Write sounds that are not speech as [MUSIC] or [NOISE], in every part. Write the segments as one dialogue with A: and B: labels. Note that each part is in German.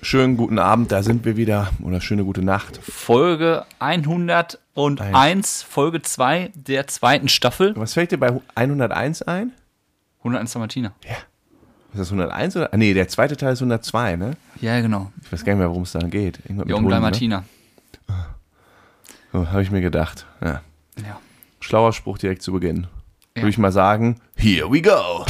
A: Schönen guten Abend, da sind wir wieder. Oder schöne gute Nacht.
B: Folge 101, Folge 2 der zweiten Staffel.
A: Was fällt dir bei 101 ein?
B: 101 Martina.
A: Ja. Ist das 101 oder? Ah, Nee, der zweite Teil ist 102, ne?
B: Ja, genau.
A: Ich weiß gar nicht mehr, worum es da geht. Irgendwas mit
B: Wir um
A: Hunden,
B: Martina.
A: Ne? So, Habe ich mir gedacht. Ja.
B: Ja.
A: Schlauer Spruch direkt zu Beginn.
B: Ja.
A: Würde ich mal sagen, here we go.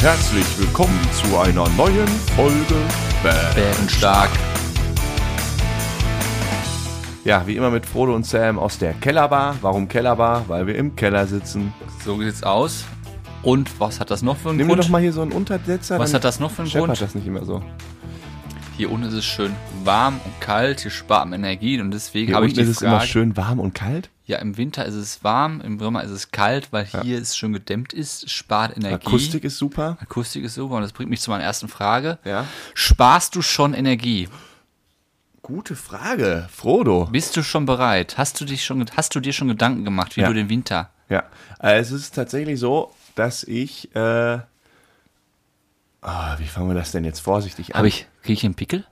A: Herzlich willkommen zu einer neuen Folge Bad.
B: Bärenstark.
A: Ja, wie immer mit Frodo und Sam aus der Kellerbar. Warum Kellerbar? Weil wir im Keller sitzen.
B: So sieht's aus. Und was hat das noch für einen
A: Nimm mir
B: Grund?
A: doch mal hier so einen Untersetzer.
B: was
A: dann
B: hat das noch für einen
A: scheppert
B: Grund?
A: das nicht immer so.
B: Hier unten ist es schön warm und kalt, hier spart man Energie und deswegen
A: Hier
B: habe
A: unten
B: ich die
A: ist es
B: Frage.
A: immer schön warm und kalt.
B: Ja, im Winter ist es warm, im Sommer ist es kalt, weil hier es schön gedämmt ist, spart Energie.
A: Akustik ist super.
B: Akustik ist super und das bringt mich zu meiner ersten Frage.
A: Ja.
B: Sparst du schon Energie?
A: Gute Frage, Frodo.
B: Bist du schon bereit? Hast du dich schon, hast du dir schon Gedanken gemacht, wie
A: Ja.
B: du den Winter?
A: Ja, äh, es ist tatsächlich so, dass ich. Äh, ah, wie fangen wir das denn jetzt vorsichtig an?
B: Habe ich, kriege ich einen Pickel?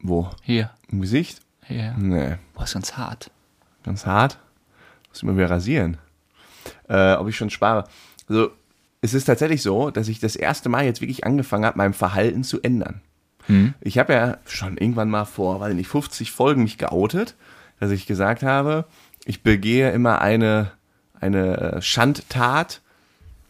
A: Wo?
B: Hier,
A: Im Gesicht?
B: hier.
A: Nee,
B: Boah, ist ganz hart.
A: ganz hart. Muss immer wieder rasieren. Äh, ob ich schon spare. Also, es ist tatsächlich so, dass ich das erste Mal jetzt wirklich angefangen habe, mein Verhalten zu ändern.
B: Mhm.
A: Ich habe ja schon irgendwann mal vor, weiß nicht, 50 Folgen mich geoutet, dass ich gesagt habe, ich begehe immer eine, eine äh, Schandtat.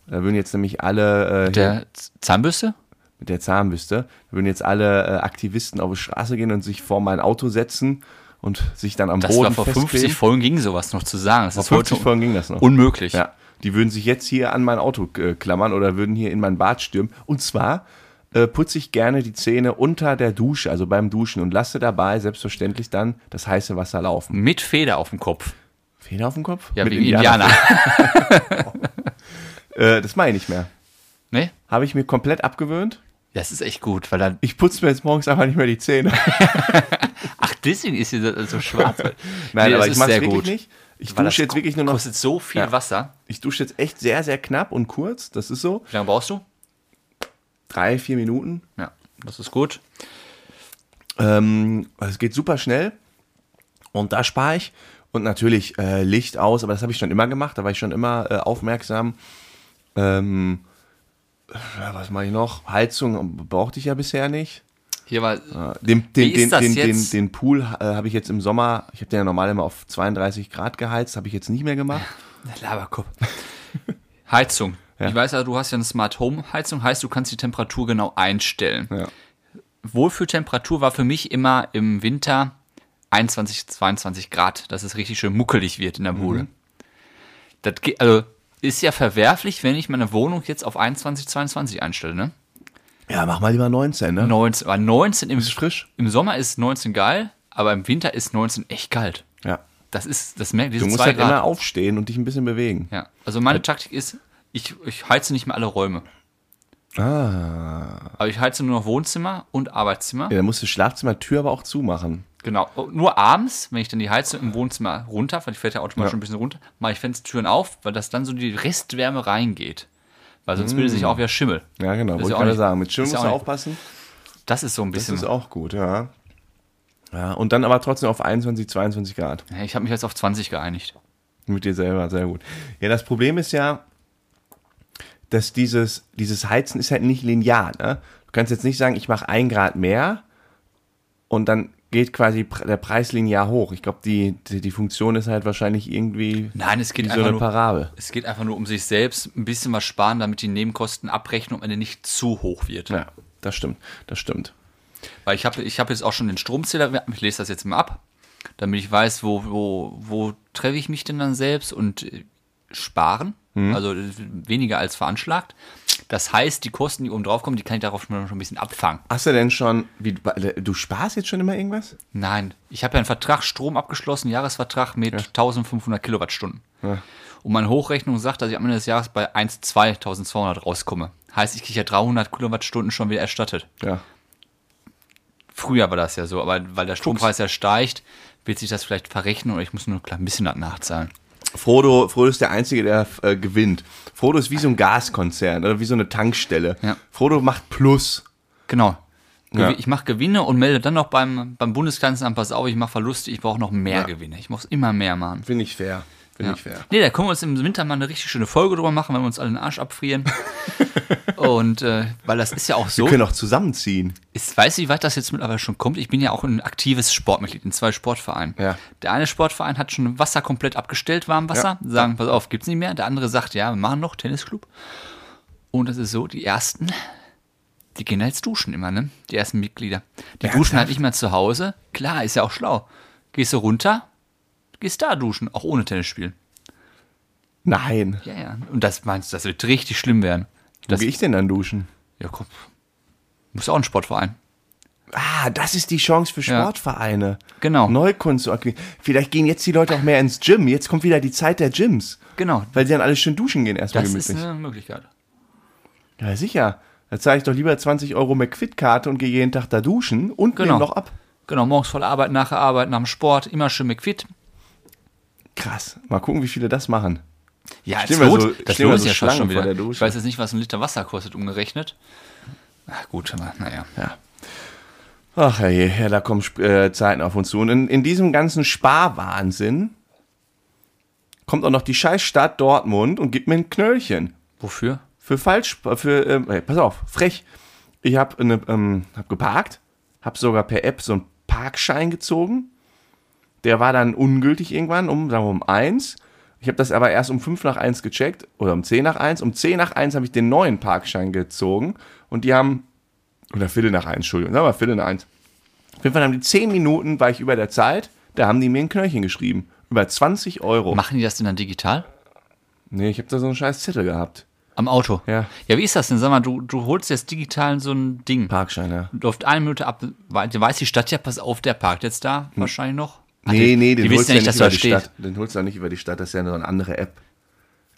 A: Da würden jetzt nämlich alle äh,
B: Der Z- Zahnbürste?
A: mit der Zahnbürste, da würden jetzt alle äh, Aktivisten auf die Straße gehen und sich vor mein Auto setzen und sich dann am
B: Das
A: Boden
B: war vor 50
A: festkleben.
B: Folgen ging sowas noch zu sagen. Das
A: Vor
B: ist heute
A: 50 Folgen ging das noch.
B: unmöglich.
A: Ja, die würden sich jetzt hier an mein Auto äh, klammern oder würden hier in mein Bad stürmen. Und zwar äh, putze ich gerne die Zähne unter der Dusche, also beim Duschen und lasse dabei selbstverständlich dann das heiße Wasser laufen.
B: Mit Feder auf dem Kopf.
A: Feder auf dem Kopf?
B: Ja,
A: Mit
B: wegen Indianer.
A: [LAUGHS] Äh, das mache ich nicht mehr.
B: ne?
A: Habe ich mir komplett abgewöhnt.
B: Das ist echt gut, weil dann.
A: Ich putze mir jetzt morgens einfach nicht mehr die
B: [LAUGHS]
A: Zähne.
B: Ach, deswegen ist sie so-
A: [LAUGHS]
B: so schwarz.
A: Nein,
B: Nee,
A: aber
B: das
A: ich
B: ist
A: mache es
B: sehr
A: wirklich
B: gut.
A: nicht. Ich
B: Weil das
A: dusche jetzt wirklich nur noch.
B: Kostet so viel
A: Ja.
B: Wasser.
A: Ich dusche jetzt echt sehr, sehr knapp und kurz. Das ist so.
B: Wie lange brauchst du?
A: Drei, vier Minuten.
B: Ja, das ist gut.
A: Ähm, es geht super schnell und da spare ich. Und natürlich äh, Licht aus, aber das habe ich schon immer gemacht, da war ich schon immer äh, aufmerksam. Ähm, ja, was mache ich noch? Heizung brauchte ich ja bisher nicht.
B: Hier war.
A: Äh, Den,
B: Wie
A: den,
B: ist
A: den,
B: das
A: den, den,
B: jetzt?
A: den Pool äh, habe ich jetzt im Sommer, ich habe den ja normal immer auf 32 Grad geheizt, habe ich jetzt nicht mehr gemacht.
B: Laberkopf. [LAUGHS] Heizung. Ich weiß ja, du hast ja eine Smart Home Heizung, heißt, du kannst die Temperatur genau einstellen.
A: Ja.
B: Wohlfühltemperatur war für mich immer im Winter 21, 22 Grad, dass es richtig schön muckelig wird in der
A: Mhm.
B: Bude. Das geht, also ist ja verwerflich, wenn ich meine Wohnung jetzt auf 21, 22 einstelle, ne?
A: Ja, mach mal lieber 19, ne?
B: 19, aber 19 im,
A: frisch.
B: im Sommer ist 19 geil, aber im Winter ist 19 echt kalt.
A: Ja.
B: Das ist, das merkt diese
A: Du musst
B: zwei
A: halt
B: Grad.
A: immer aufstehen und dich ein bisschen bewegen.
B: Ja, also
A: Äh.
B: meine Taktik ist, ich, ich heize nicht mehr alle Räume.
A: Ah.
B: Aber ich heize nur noch Wohnzimmer und Arbeitszimmer.
A: Ja, dann musst du Schlafzimmertür aber auch zumachen.
B: Genau. Nur abends, wenn ich dann die Heizung im Wohnzimmer runter, weil die fährt ja automatisch
A: Ja.
B: ein bisschen runter, mache ich Fenstertüren auf, weil das dann so die Restwärme reingeht. Weil sonst bildet sich auch wieder Schimmel.
A: Mm. Ja, genau, wollte
B: Das ist ja
A: ich
B: auch
A: gerade
B: nicht-
A: sagen. Mit Schirm
B: ist
A: musst
B: ja
A: du
B: auch nicht-
A: aufpassen.
B: Das ist so ein
A: Das
B: bisschen.
A: ist auch gut, ja. Ja, und dann aber trotzdem auf 21, 22 Grad.
B: Ja, ich habe mich jetzt auf 20 geeinigt.
A: Mit dir selber, sehr gut. Ja, das Problem ist ja, dass dieses, dieses Heizen ist halt nicht linear. Ne? Du kannst jetzt nicht sagen, ich mache ein Grad mehr und dann geht quasi pr- der Preis linear hoch. Ich glaube, die, die, die Funktion ist halt wahrscheinlich irgendwie
B: Nein, es geht
A: wie so
B: einfach
A: eine
B: nur-
A: Parabel.
B: Es geht einfach nur um sich selbst, ein bisschen was sparen, damit die Nebenkostenabrechnung am Ende nicht zu hoch wird.
A: Ja, das stimmt, das stimmt.
B: Weil ich habe ich hab jetzt auch schon den Stromzähler, ich lese das jetzt mal ab, damit ich weiß, wo, wo, wo treffe ich mich denn dann selbst und äh, sparen, also äh, weniger als veranschlagt. Das heißt, die Kosten, die oben drauf kommen, die kann ich darauf schon schon ein bisschen abfangen.
A: Hast du denn schon, wie, du du sparst jetzt schon immer irgendwas?
B: Nein, ich habe ja einen Vertrag Strom abgeschlossen, einen Jahresvertrag mit 1500 Kilowattstunden. Und meine Hochrechnung sagt, dass ich am Ende des Jahres bei 1, 2200 rauskomme. Heißt, ich kriege ja 300 Kilowattstunden schon wieder erstattet.
A: Ja.
B: Früher war das ja so, aber weil der Strompreis ja steigt, wird sich das vielleicht verrechnen oder ich muss nur ein klein bisschen das nachzahlen.
A: Frodo, Frodo ist der Einzige, der äh, gewinnt. Frodo ist wie so ein Gaskonzern oder wie so eine Tankstelle.
B: Ja.
A: Frodo macht Plus.
B: Genau. Gew-
A: Ja.
B: Ich mache Gewinne und melde dann noch beim, beim Bundeskanzleramt, pass auf, ich mache Verluste, ich brauche noch
A: Ja.
B: mehr Gewinne. Ich muss immer mehr machen.
A: Finde ich fair. Finde
B: Ja.
A: ich fair.
B: Nee, da können wir uns im Winter mal eine richtig schöne Folge drüber machen, wenn wir uns alle den
A: [LAUGHS]
B: Arsch abfrieren. und äh, weil das ist ja auch so.
A: Wir können auch zusammenziehen.
B: Ich weiß nicht, wie weit das jetzt mittlerweile schon kommt. Ich bin ja auch ein aktives Sportmitglied in zwei Sportvereinen.
A: Ja.
B: Der eine Sportverein hat schon Wasser komplett abgestellt, Warmwasser. Sagen, pass auf, gibt's nicht mehr. Der andere sagt, ja, wir machen noch Tennisclub. Und das ist so, die ersten, die gehen jetzt duschen immer, ne? Die ersten Mitglieder. Die duschen halt nicht mehr zu Hause. Klar, ist ja auch schlau. Gehst du runter, gehst da duschen, auch ohne Tennis spielen.
A: Nein.
B: Ja, ja. Und das meinst du, das wird richtig schlimm werden.
A: Wo
B: Das,
A: gehe ich denn dann duschen?
B: ja, komm. Du bist auch ein Sportverein.
A: Ah, das ist die Chance für
B: Ja.
A: Sportvereine.
B: Genau.
A: Neukunst zu akquirieren. Vielleicht gehen jetzt die Leute auch mehr ins Gym. Jetzt kommt wieder die Zeit der Gyms.
B: Genau.
A: Weil sie dann alle schön duschen gehen erstmal
B: Das ist
A: gemütlich.
B: eine Möglichkeit.
A: ja, sicher. Da zahle ich doch lieber 20 Euro McFit-Karte und gehe jeden Tag da duschen und
B: Genau.
A: nehme noch ab.
B: Genau, morgens voll Arbeit, nachher Arbeit, nach dem Sport, immer schön McFit.
A: Krass. Mal gucken, wie viele das machen.
B: Ja,
A: Stehen wir so-
B: das
A: stehen wir
B: lohnt
A: so
B: sich ja fast schon
A: Schlangen vor der
B: wieder.
A: Dusche.
B: Ich weiß jetzt nicht, was ein Liter Wasser kostet, umgerechnet. Ach gut, aber naja.
A: Ja. Ach herrje, ja, da kommen Sp- äh, Zeiten auf uns zu. Und in, in diesem ganzen Sparwahnsinn kommt auch noch die Scheißstadt Dortmund und gibt mir ein Knöllchen.
B: Wofür?
A: Für falsch, für, ähm, ey, pass auf, frech. Ich habe eine, ähm, hab geparkt, habe sogar per App so einen Parkschein gezogen. Der war dann ungültig irgendwann, um, sagen wir, um eins. Ich habe das aber erst um fünf nach eins gecheckt oder um zehn nach eins. Um zehn nach eins habe ich den neuen Parkschein gezogen und die haben, oder Viertel nach eins, Entschuldigung, sagen wir Viertel nach eins. Auf jeden Fall haben die zehn Minuten, war ich über der Zeit, da haben die mir ein Knöllchen geschrieben. Über 20 Euro.
B: Machen die das denn dann digital?
A: Nee, ich habe da so einen scheiß Zettel gehabt.
B: Am Auto?
A: Ja.
B: Ja, wie ist das denn? Sag mal, du, du holst jetzt digital so ein Ding.
A: Parkschein, ja.
B: Läuft eine Minute ab, wei- weiß die Stadt ja, pass auf, der parkt jetzt da wahrscheinlich noch. Ach,
A: Hm. Nee,
B: Ah, die,
A: nee, den
B: die
A: holst
B: wissen
A: du
B: ja
A: ja nicht
B: nicht, dass
A: über
B: da
A: die
B: steht.
A: Stadt. Den holst du ja nicht über die Stadt, das ist ja nur eine andere App.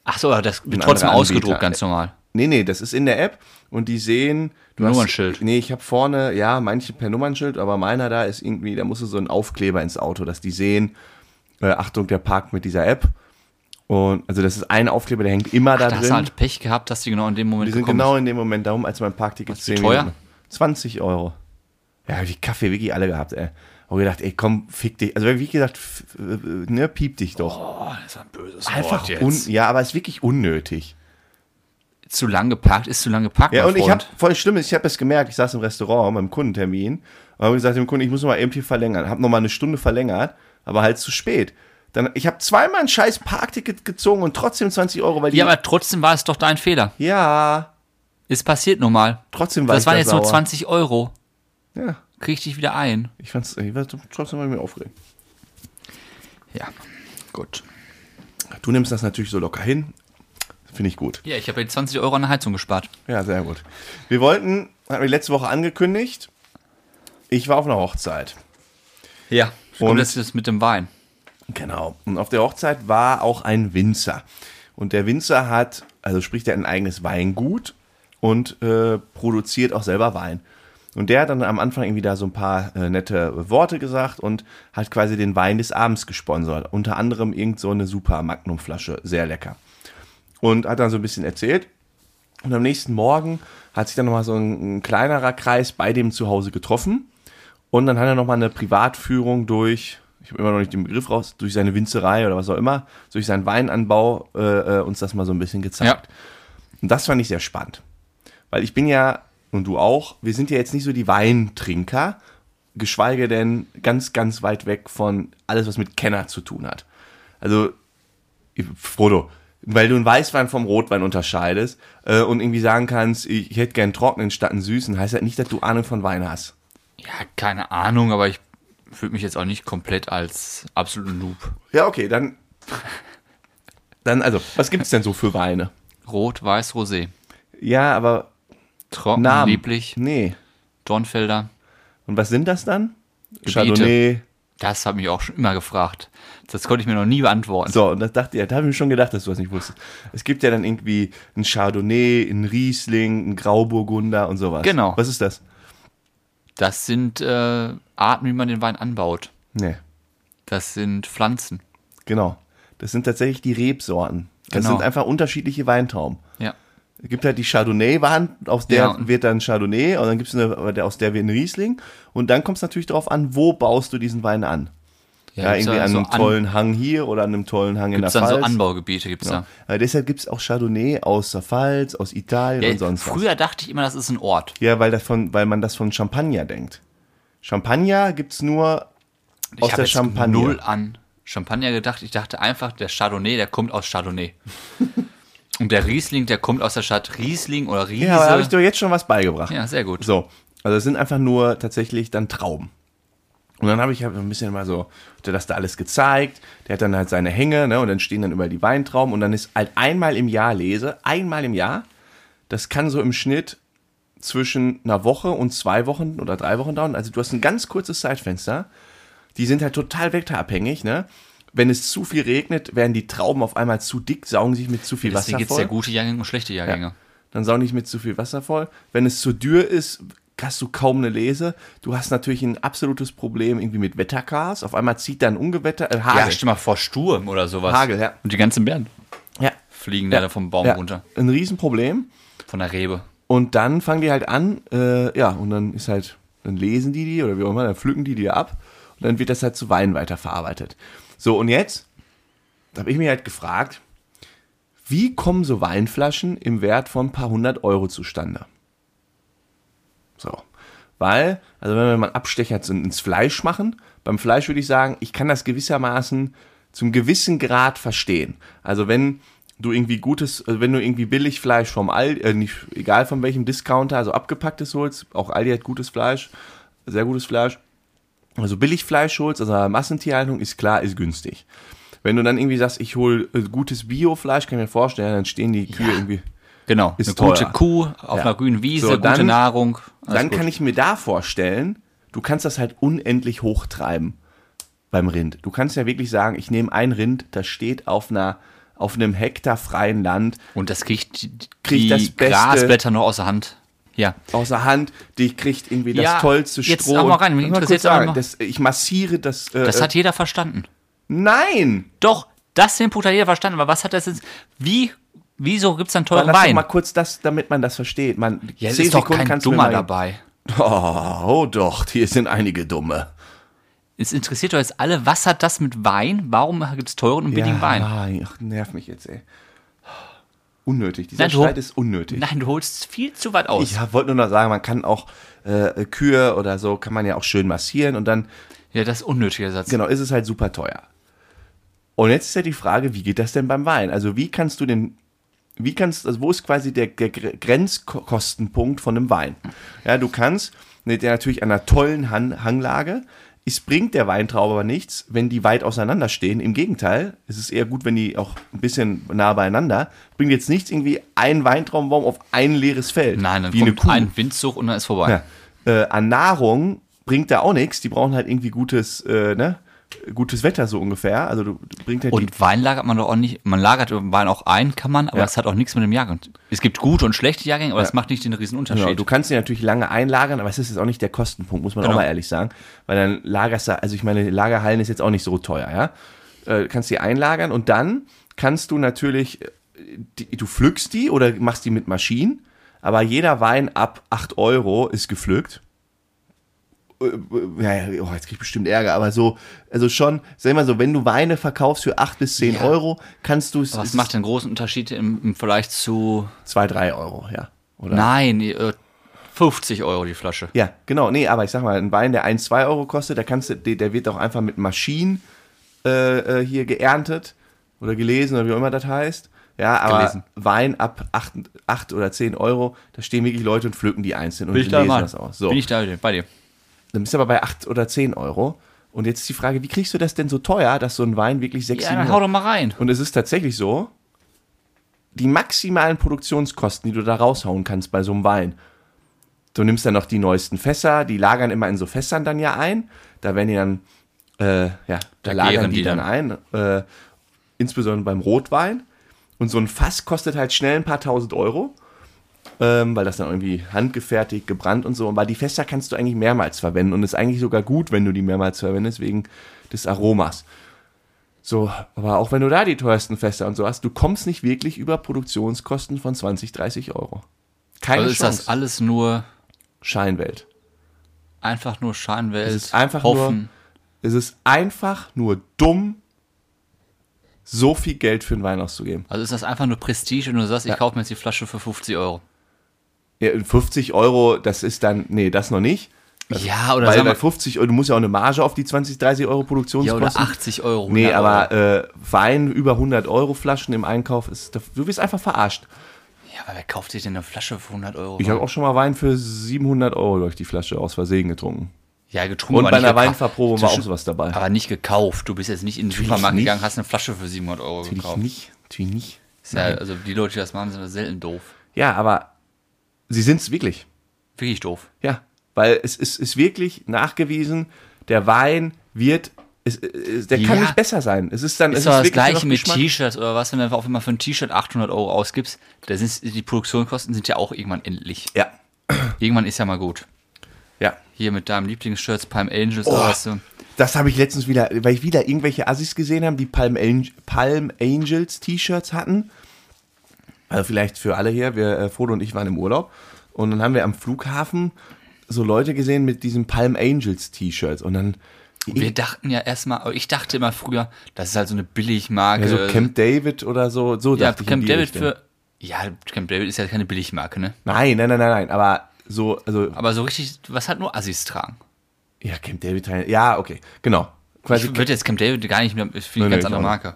B: Ach so, aber das wird
A: Ein
B: trotzdem
A: anderer
B: ausgedruckt,
A: Anbieter.
B: ganz normal.
A: Nee, nee, das ist in der App und die sehen. Du
B: Nummernschild.
A: Hast, nee, ich habe vorne, ja, manche per Nummernschild, aber meiner da ist irgendwie, da musst du so einen Aufkleber ins Auto, dass die sehen, äh, Achtung, der parkt mit dieser App. Und also das ist ein Aufkleber, der hängt immer da
B: Da hast du
A: drin.
B: halt Pech gehabt, dass die genau in dem Moment
A: Die sind
B: gekommen
A: genau in dem Moment darum, als mein Parkticket
B: Was, wie
A: 10
B: teuer?
A: Minuten- 20 Euro. Ja, hab ich Kaffee wirklich alle gehabt, ey. Hab gedacht, ey, komm, fick dich. Also wie gesagt, f- äh, ne, piep dich doch.
B: Oh, das ist ein böses
A: Einfach
B: Wort jetzt.
A: un ja, aber es ist wirklich unnötig.
B: zu lang geparkt ist zu lang geparkt.
A: Ja,
B: mein
A: und ich habe
B: Freund.
A: voll Schlimmes, ich habe es gemerkt, ich saß im Restaurant beim Kundentermin und habe gesagt dem Kunden, ich muss noch mal eben hier verlängern. Habe noch mal eine Stunde verlängert, aber halt zu spät. Dann, ich habe zweimal ein scheiß Parkticket gezogen und trotzdem 20 Euro, weil die...
B: Ja, aber trotzdem war es doch dein Fehler.
A: ja
B: Ist passiert nun mal.
A: trotzdem war
B: Das
A: ich
B: waren
A: da
B: jetzt
A: sauer.
B: nur 20 Euro.
A: Ja,
B: Krieg ich dich wieder ein.
A: ich fand's, ich war trotzdem war ich mir aufgeregt.
B: Ja, gut.
A: Du nimmst das natürlich so locker hin, finde ich gut.
B: Ja, ich habe jetzt 20 Euro an der Heizung gespart.
A: Ja, sehr gut. Wir wollten, hatten wir letzte Woche angekündigt, ich war auf einer Hochzeit.
B: Ja.
A: Und-
B: Und das ist das mit dem Wein.
A: Genau. Und auf der Hochzeit war auch ein Winzer. Und der Winzer hat, also spricht er ein eigenes Weingut und äh, produziert auch selber Wein. Und der hat dann am Anfang irgendwie da so ein paar äh, nette Worte gesagt und hat quasi den Wein des Abends gesponsert. Unter anderem irgend so eine super Magnumflasche, sehr lecker. Und hat dann so ein bisschen erzählt. Und am nächsten Morgen hat sich dann nochmal so ein, ein kleinerer Kreis bei dem zu Hause getroffen. Und dann hat er nochmal eine Privatführung durch, ich habe immer noch nicht den Begriff raus, durch seine Winzerei oder was auch immer, durch seinen Weinanbau äh, äh, uns das mal so ein bisschen gezeigt. Und das fand ich sehr spannend. Weil ich bin ja, und du auch, wir sind ja jetzt nicht so die Weintrinker, geschweige denn ganz, ganz weit weg von alles, was mit Kenner zu tun hat. Also, Frodo, weil du einen Weißwein vom Rotwein unterscheidest äh, und irgendwie sagen kannst, ich, ich hätte gern einen trockenen statt einen süßen, heißt halt nicht, dass du Ahnung von Wein hast.
B: Ja, keine Ahnung, aber ich fühle mich jetzt auch nicht komplett als absoluten Noob.
A: Ja, okay, dann. [LAUGHS] Dann, also, was gibt's denn so für Weine?
B: Rot, Weiß, Rosé.
A: Ja, aber
B: Trocken,
A: Namen.
B: lieblich,
A: Nee.
B: Dornfelder.
A: Und was sind das dann? Chardonnay.
B: Das habe ich auch schon immer gefragt. Das konnte ich mir noch nie beantworten.
A: So, und das dachte ich, da habe ich mir schon gedacht, dass du das nicht wusstest. Es gibt ja dann irgendwie ein Chardonnay, ein Riesling, ein Grauburgunder und sowas.
B: Genau.
A: Was ist das?
B: Das sind äh, Arten, wie man den Wein anbaut.
A: Nee,
B: Das sind Pflanzen.
A: genau. Das sind tatsächlich die Rebsorten. Das
B: Genau.
A: sind einfach unterschiedliche Weintrauben.
B: Ja.
A: Es gibt halt die Chardonnay-Wand, aus der
B: Ja.
A: wird dann Chardonnay und dann gibt es eine, aus der wird ein Riesling. Und dann kommt es natürlich darauf an, wo baust du diesen Wein an. Ja,
B: gibt's
A: irgendwie
B: da
A: an
B: so
A: einem tollen Hang hier oder an einem tollen Hang in der
B: Gibt's dann
A: Pfalz.
B: so Anbaugebiete, gibt's
A: Ja.
B: da.
A: Äh, deshalb gibt es auch Chardonnay aus der Pfalz, aus Italien
B: Ja,
A: und sonst was.
B: Äh, früher dachte ich immer, das ist ein Ort.
A: Ja, weil, davon, weil man das von Champagner denkt. Champagner gibt es nur
B: Ich
A: aus
B: hab
A: der
B: jetzt
A: Champagne.
B: null an Champagner gedacht. Ich dachte einfach, der Chardonnay, der kommt aus
A: [LAUGHS]
B: Chardonnay. Und der Riesling, der kommt aus der Stadt Riesling oder Riese.
A: Ja, aber da
B: Ja,
A: habe ich dir jetzt schon was beigebracht.
B: sehr gut.
A: So, also es sind einfach nur tatsächlich dann Trauben. Und dann habe ich halt so ein bisschen mal so, hat er das da alles gezeigt. Der hat dann halt seine Hänge, ne, und dann stehen dann über die Weintrauben. Und dann ist halt einmal im Jahr lese, einmal im Jahr, das kann so im Schnitt zwischen einer Woche und zwei Wochen oder drei Wochen dauern. Also du hast ein ganz kurzes Zeitfenster. Die sind halt total wetterabhängig, ne. Wenn es zu viel regnet, werden die Trauben auf einmal zu dick, saugen sich mit zu viel
B: Deswegen
A: Wasser
B: gibt's
A: voll
B: ja gute Jahrgänge und schlechte Jahrgänge.
A: dann sau nicht mit zu viel Wasser voll. Wenn es zu dürr ist, hast du kaum eine Lese. Du hast natürlich ein absolutes Problem irgendwie mit Wettercars. Auf einmal zieht dann Ungewetter, äh,
B: Ja,
A: Hagel.
B: Also, stell mal vor Sturm oder sowas.
A: Hagel, ja.
B: Und die ganzen Bären
A: Ja,
B: fliegen
A: Ja.
B: da vom Baum
A: ja.
B: runter.
A: Ein Riesenproblem.
B: Von der Rebe.
A: Und dann fangen die halt an, äh, ja, und dann ist halt, dann lesen die die oder wie auch immer, dann pflücken die die ab und dann wird das halt zu Wein weiterverarbeitet. So, und jetzt habe ich mich halt gefragt, wie kommen so Weinflaschen im Wert von ein paar hundert Euro zustande? So, weil, also wenn wir mal einen Abstecher zu- ins Fleisch machen, beim Fleisch würde ich sagen, ich kann das gewissermaßen zum gewissen Grad verstehen. Also wenn du irgendwie gutes, also wenn du irgendwie billig Fleisch vom Aldi, äh, nicht, egal von welchem Discounter, also abgepacktes holst, auch Aldi hat gutes Fleisch, sehr gutes Fleisch, also Billigfleisch holst, also Massentierhaltung, ist klar, ist günstig. Wenn du dann irgendwie sagst, ich hole äh, gutes Biofleisch, kann ich mir vorstellen, dann stehen die Kühe
B: Ja.
A: irgendwie
B: Genau.
A: Ist
B: Eine gute
A: teuer.
B: Kuh auf
A: Ja.
B: einer grünen Wiese,
A: So,
B: gute
A: dann-
B: Nahrung. Alles
A: dann
B: gut.
A: kann ich mir da vorstellen, du kannst das halt unendlich hochtreiben beim Rind. Du kannst ja wirklich sagen, ich nehme ein Rind, das steht auf einer auf einem Hektar freien Land
B: Und das kriegt die
A: Kriegt das Beste.
B: Grasblätter noch außer Hand. Ja.
A: außer Hand, die kriegt irgendwie das
B: Ja,
A: tollste
B: jetzt
A: Stroh.
B: hau mal rein, mich
A: Lass mal kurz
B: interessiert's auch
A: sagen,
B: noch.
A: das, ich massiere das. Äh,
B: Das
A: äh,
B: hat jeder verstanden.
A: nein!
B: Doch, das den Punkt hat jeder verstanden. Aber was hat das jetzt? Wie, wieso gibt's dann teuren
A: Lass doch
B: Wein?
A: mal kurz das, damit man das versteht. Man,
B: Ja, es
A: zehn
B: ist doch
A: Sekunden
B: kein
A: kannst du mir
B: Dummer
A: mal-
B: dabei.
A: [LAUGHS] Oh, oh doch, hier sind einige Dumme.
B: Es interessiert doch jetzt alle, was hat das mit Wein? Warum gibt's teuren und billigen Wein?
A: Nein, ach, nerv mich jetzt, ey. Unnötig, dieser
B: Nein, du-
A: Streit ist unnötig.
B: Nein, du holst viel zu weit aus.
A: Ich hab- wollte nur noch sagen, man kann auch äh, Kühe oder so, kann man ja auch schön massieren und dann,
B: Ja, das ist unnötiger Satz.
A: genau, ist es halt super teuer. Und jetzt ist ja die Frage, wie geht das denn beim Wein? Also wie kannst du den, wie kannst, also wo ist quasi der, der Gre- Grenzkostenpunkt von einem Wein? Ja, du kannst mit der natürlich einer tollen Han Hanglage, es bringt der Weintraube aber nichts, wenn die weit auseinander stehen. Im Gegenteil, es ist eher gut, wenn die auch ein bisschen nah beieinander. Bringt jetzt nichts irgendwie ein Weintraubenbaum auf ein leeres Feld.
B: Nein, dann
A: wie eine
B: kommt
A: Kuh.
B: ein Windzug und dann ist vorbei.
A: Ja. Äh, an Nahrung bringt da auch nichts. Die brauchen halt irgendwie gutes, äh, ne? gutes Wetter so ungefähr. Also du, du bringt halt die,
B: Und Wein lagert man doch auch nicht, man lagert Wein auch ein, kann man, aber das hat auch nichts mit dem Jahrgang. Es gibt gute und schlechte Jahrgänge, aber das macht nicht den riesen Unterschied.
A: genau, du kannst die natürlich lange einlagern, aber es ist jetzt auch nicht der Kostenpunkt, muss man auch
B: Genau.
A: mal ehrlich sagen. Weil dann lagerst du, also ich meine, Lagerhallen ist jetzt auch nicht so teuer, ja. Äh, kannst die einlagern und dann kannst du natürlich, äh, die, du pflückst die oder machst die mit Maschinen, aber jeder Wein ab 8 Euro ist gepflückt. Äh, ja, ja, oh, jetzt krieg ich bestimmt Ärger, aber so, also schon, sag mal so, wenn du Weine verkaufst für 8 bis 10
B: Ja.
A: Euro, kannst du es.
B: Was
A: es
B: macht den großen Unterschied im, im Vergleich zu,
A: 2, 3 Euro, ja. Oder?
B: nein, äh, 50 Euro die Flasche.
A: Ja, genau, nee, aber ich sag mal, ein Wein, der 1, 2 Euro kostet, der kannst du, der, der wird auch einfach mit Maschinen äh, äh, hier geerntet oder gelesen oder wie auch immer das heißt. Ja, aber
B: Gelesen.
A: Wein ab 8, oder 10 Euro, da stehen wirklich Leute und pflücken die einzeln und
B: Bin ich da,
A: lesen
B: Mann.
A: das aus. So.
B: Bin ich da bei dir.
A: Dann bist du aber bei 8 oder 10 Euro. Und jetzt ist die Frage, wie kriegst du das denn so teuer, dass so ein Wein wirklich 6,
B: Ja,
A: 7
B: dann hau doch mal rein.
A: Und es ist tatsächlich so, die maximalen Produktionskosten, die du da raushauen kannst bei so einem Wein. Du nimmst dann noch die neuesten Fässer, die lagern immer in so Fässern dann ja ein. Da werden die dann, äh, ja, da lagern
B: gären
A: die,
B: die
A: dann, ein, äh, insbesondere beim Rotwein. Und so ein Fass kostet halt schnell ein paar tausend Euro, ähm, weil das dann irgendwie handgefertigt, gebrannt und so. Aber die Fässer kannst du eigentlich mehrmals verwenden und ist eigentlich sogar gut, wenn du die mehrmals verwendest, wegen des Aromas. So, aber auch wenn du da die teuersten Fester und so hast, du kommst nicht wirklich über Produktionskosten von 20, 30 Euro. Keine
B: Also ist
A: Chance.
B: das alles nur,
A: Scheinwelt.
B: einfach nur Scheinwelt,
A: Es ist einfach
B: hoffen.
A: nur, es ist einfach nur dumm, so viel Geld für einen Wein auszugeben.
B: Also ist das einfach nur Prestige und du sagst, ich kaufe mir jetzt die Flasche für 50 Euro.
A: Ja, 50 Euro, das ist dann, nee, das noch nicht.
B: ja,
A: Also
B: oder
A: Weil
B: sagen
A: bei
B: wir,
A: 50 Euro, du musst ja auch eine Marge auf die 20, 30 Euro
B: ja,
A: Produktionskosten.
B: oder 80 Euro.
A: Nee,
B: 100
A: aber äh, Wein über 100 Euro Flaschen im Einkauf, ist, du wirst einfach verarscht.
B: Euro. Ja, aber wer kauft sich denn eine Flasche für 100 Euro?
A: Ich habe auch schon mal Wein für 700 Euro durch die Flasche aus Versehen getrunken.
B: ja, getrunken,
A: Und
B: aber
A: bei
B: nicht
A: einer
B: gekauft.
A: Weinverprobung war auch
B: Zwischen-
A: sowas dabei.
B: Aber nicht gekauft. Du bist jetzt nicht in den Supermarkt
A: nicht.
B: gegangen, hast eine Flasche für 700 Euro
A: Natürlich
B: gekauft.
A: nicht, natürlich nicht.
B: Ist ja, also die Leute, die das machen, sind das selten doof.
A: Ja, aber sie sind es wirklich.
B: Wirklich doof.
A: Ja, weil es ist, ist wirklich nachgewiesen, der Wein wird, es, es, der kann
B: Ja.
A: nicht besser sein. Es ist dann,
B: Ist
A: es
B: doch das
A: wirklich nur
B: gleiche
A: noch
B: mit
A: Geschmack.
B: T-Shirts oder was, wenn du auf einmal für ein T-Shirt 800 Euro ausgibst, da sind die Produktionskosten sind ja auch irgendwann endlich.
A: Ja,
B: Irgendwann ist ja mal gut.
A: ja.
B: Hier mit deinem Lieblingsshirt, Palm Angels
A: Oh.
B: oder was. so.
A: Das habe ich letztens wieder, weil ich wieder irgendwelche Assis gesehen habe, die Palm, Ang Palm Angels T-Shirts hatten. Also vielleicht für alle hier, wir, äh, Frodo und ich waren im Urlaub und dann haben wir am Flughafen so Leute gesehen mit diesen Palm Angels T-Shirts und dann
B: Wir dachten ja erstmal, ich dachte immer früher, das ist halt so eine Billigmarke.
A: ja, so also Camp David oder so, so
B: äh, ja,
A: dachte ich in
B: Camp
A: die
B: David
A: Richtung.
B: für. Ja, Camp David ist ja keine Billigmarke, ne?
A: Nein, nein, nein, nein, nein, aber so, also
B: Aber so richtig, was hat nur Assis tragen?
A: Ja, Camp David Teil. Ja, okay, genau.
B: Ich
A: Quasi,
B: würde jetzt Camp David gar nicht mehr, ich finde
A: Nee,
B: eine
A: nee,
B: ganz andere
A: ich auch
B: Marke.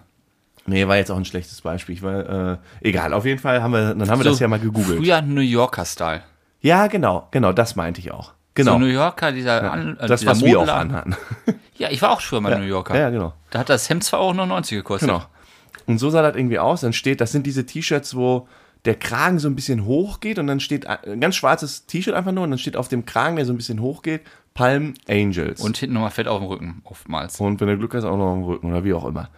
A: nee, war jetzt auch ein schlechtes Beispiel. Ich war, äh, egal, auf jeden Fall haben wir, dann haben wir
B: So,
A: das ja mal gegoogelt.
B: Früher New Yorker Style.
A: Ja, genau, genau, das meinte ich auch. Genau.
B: So New Yorker, dieser, An, äh,
A: das,
B: dieser
A: was wir auch
B: Modeladen.
A: anhatten.
B: Ja, ich war auch früher mal New Yorker.
A: Ja, genau.
B: Da hat das Hemd 2,99 Euro gekostet.
A: genau. Und so sah das irgendwie aus. Dann steht, das sind diese T-Shirts, wo der Kragen so ein bisschen hoch geht und dann steht ein ein ganz schwarzes T-Shirt einfach nur und dann steht auf dem Kragen, der so ein bisschen hoch geht, Palm Angels.
B: Und hinten nochmal Fett auf dem Rücken, oftmals.
A: Und wenn du Glück hast, auch noch am Rücken oder wie auch immer.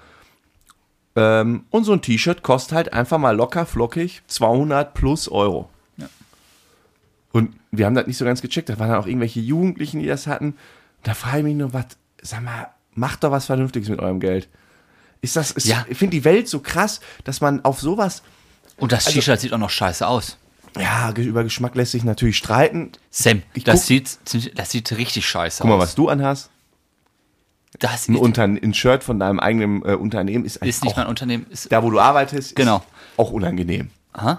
A: Ähm, und so ein T-Shirt kostet halt einfach mal locker flockig 200 plus Euro.
B: Ja.
A: Und wir haben das nicht so ganz gecheckt. Da waren dann auch irgendwelche Jugendlichen, die das hatten. Da frage ich mich nur, was, sag mal, macht doch was Vernünftiges mit eurem Geld. Ist das, ist,
B: Ja.
A: ich finde die Welt so krass, dass man auf sowas,
B: Und das
A: Also
B: T-Shirt sieht auch noch scheiße aus.
A: ja, ge- über Geschmack lässt sich natürlich streiten.
B: Sam,
A: Ich
B: das
A: guck-
B: sieht, ziemlich- das sieht richtig scheiße
A: Guck mal,
B: aus.
A: was du anhast.
B: Das
A: Ein,
B: ist,
A: Unter ein Shirt von deinem eigenen äh, Unternehmen ist eigentlich
B: ist nicht
A: auch
B: mein Unternehmen. Ist,
A: da wo du arbeitest,
B: Genau.
A: ist auch unangenehm.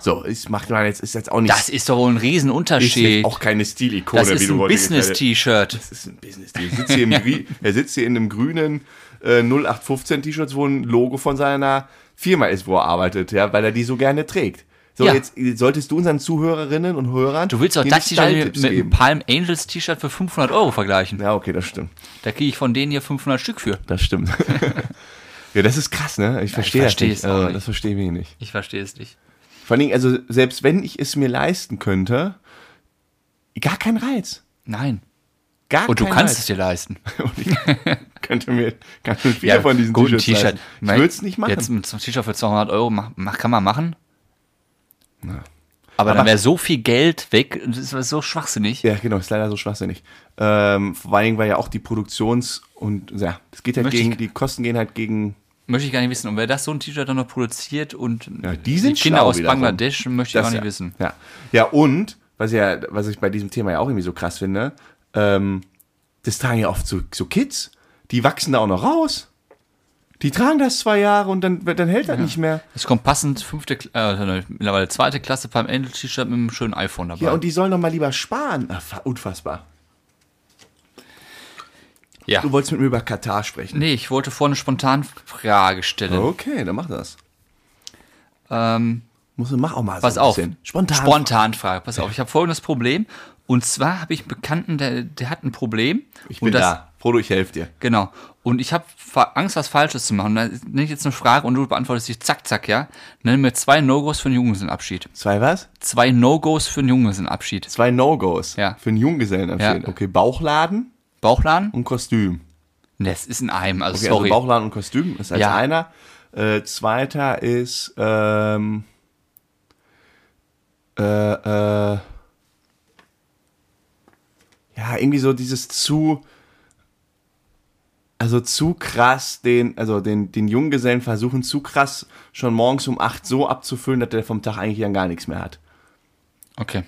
A: So, ist, macht man jetzt, ist jetzt auch nicht,
B: das ist doch wohl ein
A: ist jetzt
B: Riesenunterschied.
A: auch keine Stilikone,
B: Das ist ein
A: heute gesagt hast.
B: Business-T-Shirt.
A: Das ist ein Business Deal. Sitzt
B: [LAUGHS]
A: hier im Grie- er sitzt hier in einem grünen äh, 0815 T-Shirt, wo ein Logo von seiner Firma ist, wo er arbeitet, ja, weil er die so gerne trägt. So,
B: Ja.
A: jetzt äh, solltest du unseren Zuhörerinnen und Hörern.
B: Du willst doch
A: hier
B: das
A: nicht
B: T-Shirt mit
A: Style-Tipps
B: mit einem
A: geben.
B: Palm Angels T-Shirt für 500 Euro vergleichen.
A: Ja, okay, das stimmt.
B: Da kriege ich von denen hier 500 Stück für.
A: Das
B: [LAUGHS]
A: stimmt. ja, das ist krass, ne? Ich verstehe das
B: verstehe
A: nicht.
B: es auch
A: Äh,
B: nicht.
A: Das verstehe ich nicht.
B: Ich verstehe es nicht.
A: Vor allen Dingen, also selbst wenn ich es mir leisten könnte, gar kein Reiz.
B: Nein.
A: Gar
B: Und du
A: kein
B: kannst es
A: Reiz.
B: dir leisten.
A: [LAUGHS] Und ich könnte mir ganz schön viele von diesen
B: gut, ein
A: T-Shirts leisten. Ich
B: mein,
A: würde es nicht machen.
B: Jetzt ein so ein T-Shirt für 200 Euro mach, mach, kann man machen. Aber, dann wäre so viel Geld weg, das ist so schwachsinnig.
A: Ja, genau, ist leider so schwachsinnig. Ähm, vor allen Dingen, weil ja auch die Produktions- und ja, das geht halt
B: Möchte ich-
A: gegen, die Kosten gehen halt gegen.
B: Möchte ich gar nicht wissen. Und wer das so ein T-Shirt dann noch produziert und
A: Ja, die sind
B: Kinder
A: schlau
B: aus
A: wiederum.
B: Bangladesch, möchte ich
A: das
B: gar nicht
A: ja.
B: wissen.
A: Ja. ja, und, was, ja, was ich bei diesem Thema ja auch irgendwie so krass finde, ähm, das tragen ja oft so, so Kids, die wachsen da auch noch raus. Die tragen das zwei Jahre und dann, dann hält das nicht mehr.
B: Es kommt passend fünfte, Kla- äh, mittlerweile zweite Klasse beim Angel-T-Shirt mit einem schönen iPhone dabei.
A: Ja, und die sollen doch mal lieber sparen. Ah, fa- Unfassbar.
B: Ja.
A: Du wolltest mit mir über Katar sprechen.
B: Nee, ich wollte vorhin eine spontane Frage stellen.
A: Okay, dann mach das.
B: Ähm,
A: Muss, mach auch mal
B: Pass
A: so ein
B: auf.
A: bisschen. Spontan.
B: Spontanfrage. Pass auf. Ich habe folgendes Problem. Und zwar habe ich einen Bekannten, der, der hat ein Problem.
A: ich bin
B: und das,
A: da. Frodo, ich helfe dir.
B: Genau. Und ich habe Angst, was Falsches zu machen. Da nenne ich jetzt eine Frage und du beantwortest die zack, zack, ja. Nenn mir zwei No-Gos für einen Junggesellenabschied.
A: Zwei was?
B: Zwei No-Gos für einen Junggesellenabschied.
A: Zwei No-Gos
B: Ja.
A: für einen Junggesellenabschied.
B: Ja.
A: Okay, Bauchladen
B: Bauchladen?
A: und Kostüm.
B: Ne, es ist in einem. Also,
A: Okay, also
B: sorry.
A: Bauchladen und Kostüm ist als
B: Ja.
A: einer. Äh, zweiter ist ähm, äh, äh, ja irgendwie so dieses zu also also zu krass den, also den, den Junggesellen versuchen zu krass schon morgens um 8 so abzufüllen, dass der vom Tag eigentlich dann gar nichts mehr hat.
B: Okay.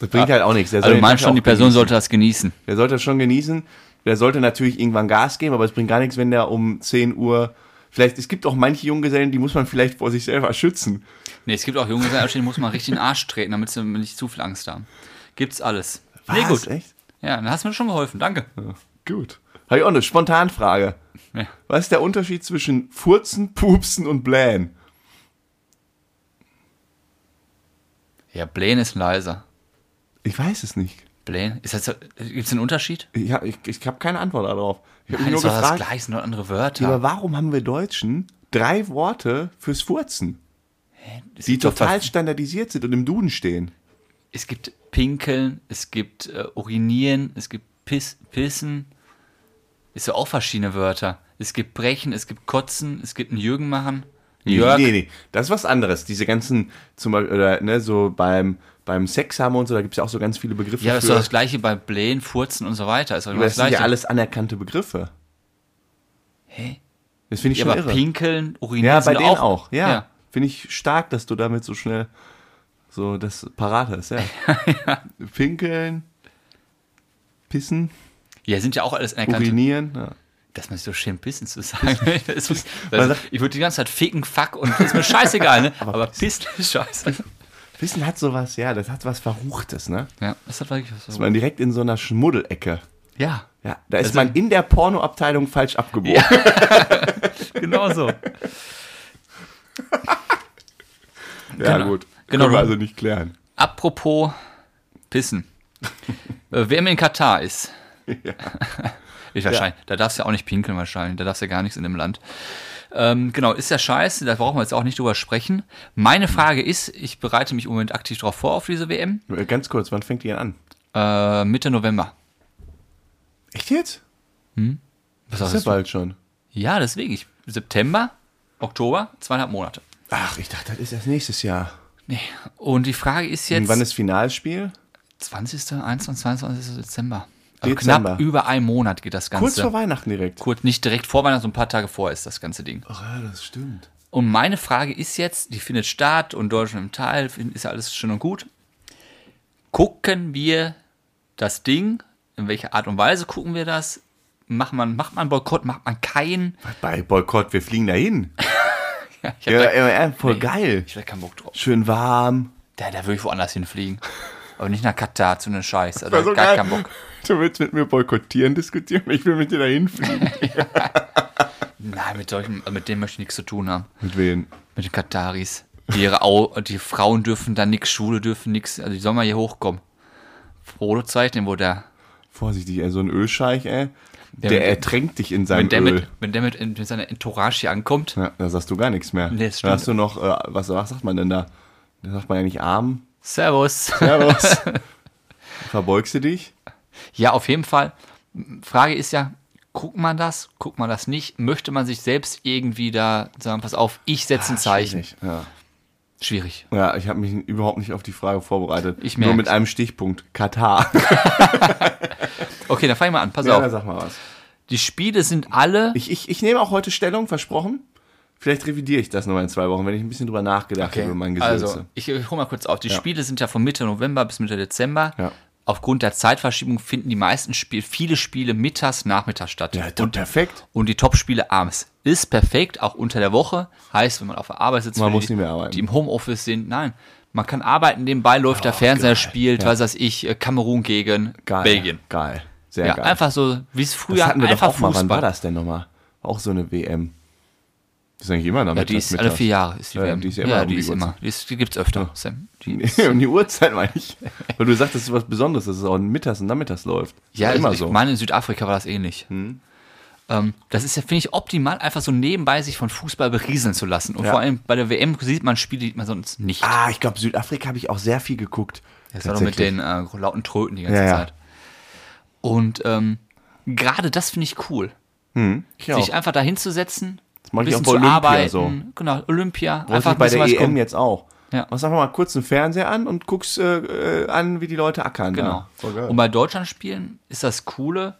A: Das bringt halt auch nichts. Der soll
B: Also
A: Also
B: du
A: den
B: meinst
A: Tag
B: schon, die
A: auch
B: Person
A: genießen.
B: sollte das genießen.
A: Der sollte das schon genießen. Der sollte natürlich irgendwann Gas geben, aber es bringt gar nichts, wenn der um 10 Uhr. Vielleicht, es gibt auch manche Junggesellen, die muss man vielleicht vor sich selber schützen.
B: Nee, es gibt auch junge Seilabschiede, muss man richtig in den Arsch treten, damit sie nicht zu viel Angst haben. Gibt's alles. Nee, gut.
A: Echt?
B: Ja, dann hast du mir schon geholfen. Danke.
A: Ja, gut. Habe ich auch eine Spontanfrage.
B: Ja.
A: Was ist der Unterschied zwischen Furzen, Pupsen und Blähen?
B: Ja, Blähen ist leiser.
A: Ich weiß es nicht.
B: Blähen? Ist das, so- gibt's einen Unterschied?
A: Ich habe ich, ich hab keine Antwort darauf. Ich habe mich
B: Nein,
A: nur
B: ist doch das
A: gefragt,
B: gleiche, sind doch andere
A: aber
B: Wörter.
A: warum haben wir Deutschen drei Worte fürs Furzen,
B: Es
A: die
B: gibt doch
A: total
B: Ver-
A: standardisiert sind und im Duden stehen?
B: Es gibt Pinkeln, es gibt äh, Urinieren, es gibt Piss, Pissen. Ist ja auch verschiedene Wörter. Es gibt Brechen, es gibt Kotzen, es gibt einen Jürgen machen.
A: Nee,
B: Jörg.
A: nee, nee, das ist was anderes. Diese ganzen, zum Beispiel, oder, ne, so beim, beim Sex haben wir und so, da gibt es ja auch so ganz viele Begriffe
B: Ja, das ist
A: für.
B: doch das gleiche bei Blähen, Furzen und so weiter. Ist doch immer
A: aber das
B: das
A: sind
B: gleiche.
A: ja alles anerkannte Begriffe.
B: Hä?
A: Das finde ich
B: Ja,
A: schon
B: aber
A: irre.
B: Pinkeln, Urinieren
A: ja, bei
B: sind
A: denen auch. Ja,
B: ja.
A: finde ich stark, dass du damit so schnell so das parat hast.
B: [LAUGHS]
A: Ja. Pinkeln, pissen,
B: Ja, sind ja auch alles anerkannte.
A: urinieren. Ja.
B: Dass man sich so schämt, Pissen zu sagen. [LAUGHS] Das ist,
A: Man
B: also,
A: sagt-
B: ich würde die ganze Zeit ficken, fuck und ist mir
A: [LAUGHS]
B: scheißegal, ne? Aber, Pissen ist scheiße.
A: Pissen hat sowas, ja, das hat was Verruchtes, ne?
B: Ja, das hat wirklich was.
A: Ist man direkt in so einer Schmuddelecke.
B: Ja,
A: Ja, da ist
B: Also-
A: man in der Pornoabteilung falsch abgebogen.
B: genau so.
A: Ja,
B: Genau.
A: gut.
B: Genau.
A: Können wir also nicht klären.
B: [LAUGHS] Apropos Pissen. Äh, WM in Katar ist. [LAUGHS] Ich wahrscheinlich, Da darfst du ja auch nicht pinkeln wahrscheinlich. Da darfst du ja gar nichts in dem Land. Ähm, genau, ist ja scheiße, da brauchen wir jetzt auch nicht drüber sprechen. Meine Frage ist, ich bereite mich im Moment aktiv drauf vor auf diese WM.
A: Ganz kurz, wann fängt die denn an?
B: Äh, Mitte November.
A: Echt jetzt?
B: Was
A: Das
B: hast
A: ist ja
B: du?
A: bald schon.
B: Ja, deswegen. Ich, September, Oktober, zweieinhalb Monate.
A: Ach, ich dachte, das ist erst nächstes Jahr.
B: Nee. Und die Frage ist
A: Und
B: jetzt,
A: wann ist Finalspiel?
B: 20., 21., 22. Dezember. Also
A: Dezember.
B: knapp über einen Monat geht das Ganze.
A: Kurz vor Weihnachten direkt.
B: Kurz, nicht direkt vor Weihnachten, so ein paar Tage vor ist das ganze Ding.
A: Ach ja, das stimmt.
B: Und meine Frage ist jetzt, die findet statt und Deutschland im Teil, ist ja alles schön und gut. Gucken wir das Ding? In welcher Art und Weise gucken wir das? Macht man, macht man Boykott? Macht man keinen? [LAUGHS]
A: Bei Boykott, wir fliegen dahin.
B: Ja, ich
A: [LAUGHS]
B: hab
A: Ja,
B: da,
A: ja, ja, voll geil.
B: ich hab da keinen Bock drauf.
A: Schön warm.
B: Da, da würde ich woanders hinfliegen. Aber nicht nach Katar zu einem Scheiß. Also
A: War so
B: gar
A: geil.
B: keinen Bock.
A: [LAUGHS] Du willst mit mir boykottieren diskutieren? Ich will mit dir dahin fliegen.
B: Nein, mit solchen, also mit denen möchte ich nichts zu tun haben.
A: Mit wem?
B: Mit den Kataris. Die, ihre Au die Frauen dürfen dann nichts, Schule dürfen nichts. Also die sollen mal hier hochkommen. Frodo zeichnen, wo der.
A: Vorsichtig, ey, so ein Ölscheich, ey. Der,
B: mit-
A: ertränkt dich in seinem
B: Wenn der, mit,
A: Öl.
B: wenn der mit, mit seiner Entourage hier ankommt,
A: Ja, da sagst du gar nichts mehr.
B: Nee, das
A: da
B: stimmt.
A: hast du noch, äh, was, was sagt man denn da? Da sagt man ja nicht arm,
B: Servus.
A: Servus. [LAUGHS] Verbeugst du dich?
B: Ja, auf jeden Fall. Frage ist ja, guckt man das, guckt man das nicht? Möchte man sich selbst irgendwie da sagen, pass auf, ich setze
A: Ah,
B: ein Zeichen.
A: Schwierig, Ja,
B: Schwierig.
A: ja ich habe mich überhaupt nicht auf die Frage vorbereitet.
B: Ich
A: Nur
B: merk's.
A: mit einem Stichpunkt.
B: [LAUGHS]
A: Katar.
B: Okay, dann fang ich mal an. Pass
A: ja,
B: auf.
A: dann sag mal was.
B: Die Spiele sind alle.
A: Ich, ich, ich nehme auch heute Stellung, versprochen. Vielleicht revidiere ich das nochmal in zwei Wochen, wenn ich ein bisschen drüber nachgedacht habe über mein Gesülze.
B: also, ich, ich hole mal kurz auf. Die Spiele sind ja von Mitte November bis Mitte Dezember.
A: Ja.
B: Aufgrund der Zeitverschiebung finden die meisten Spiele, viele Spiele mittags, nachmittags statt.
A: ja, und perfekt.
B: Und die Top-Spiele abends. Ist perfekt, auch unter der Woche. Heißt, wenn man auf der Arbeit sitzt,
A: Man
B: für
A: muss
B: die,
A: nicht mehr arbeiten.
B: die im Homeoffice sind, nein. Man kann arbeiten, nebenbei läuft der Fernseher, spielt, was weiß ich, äh, Kamerun gegen
A: Geil.
B: Belgien.
A: Geil. Sehr
B: Ja,
A: geil.
B: einfach so, wie es
A: das
B: früher
A: hatten wir doch
B: einfach
A: auch mal. Wann war
B: Fußball.
A: das denn nochmal? Auch so eine WM. Das ist eigentlich immer damit.
B: ja, die ist alle vier Jahre, ist die
A: Ja,
B: WM.
A: die ist ja
B: ja
A: immer um
B: die
A: die
B: ist
A: Uhrzeit.
B: immer. Die, ist- die gibt's öfter, Sam. Die
A: [LAUGHS] Und Um die Uhrzeit meine
B: [LAUGHS]
A: ich. Weil du sagst, das ist was Besonderes, dass es auch mittags und nachmittags läuft. Das
B: Ja,
A: war
B: immer
A: immer
B: ich
A: so. Hm.
B: meine, in Südafrika war das ähnlich. Ähm, das ist ja, finde ich, optimal, einfach so nebenbei sich von Fußball berieseln zu lassen. Und
A: Ja.
B: vor allem bei der WM sieht man Spiele, die man sonst nicht.
A: Ah, ich glaube, Südafrika habe ich auch sehr viel geguckt.
B: das war doch mit
A: Tatsächlich.
B: den äh, lauten Tröten die ganze
A: Ja, ja.
B: Zeit. Und ähm, gerade das finde ich cool.
A: Ich auch.
B: Sich einfach da hinzusetzen,
A: mach
B: ein
A: ich auch bei
B: bisschen zu
A: Olympia
B: arbeiten.
A: so.
B: Genau, Olympia.
A: Einfach
B: einfach
A: ich bei
B: ein bisschen
A: der E
B: was
A: EM
B: gucken.
A: jetzt auch.
B: Ja.
A: Machst einfach mal kurz den Fernseher an und guckst äh, äh, an, wie die Leute ackern.
B: Genau.
A: Da.
B: Und bei Deutschland spielen ist das Coole,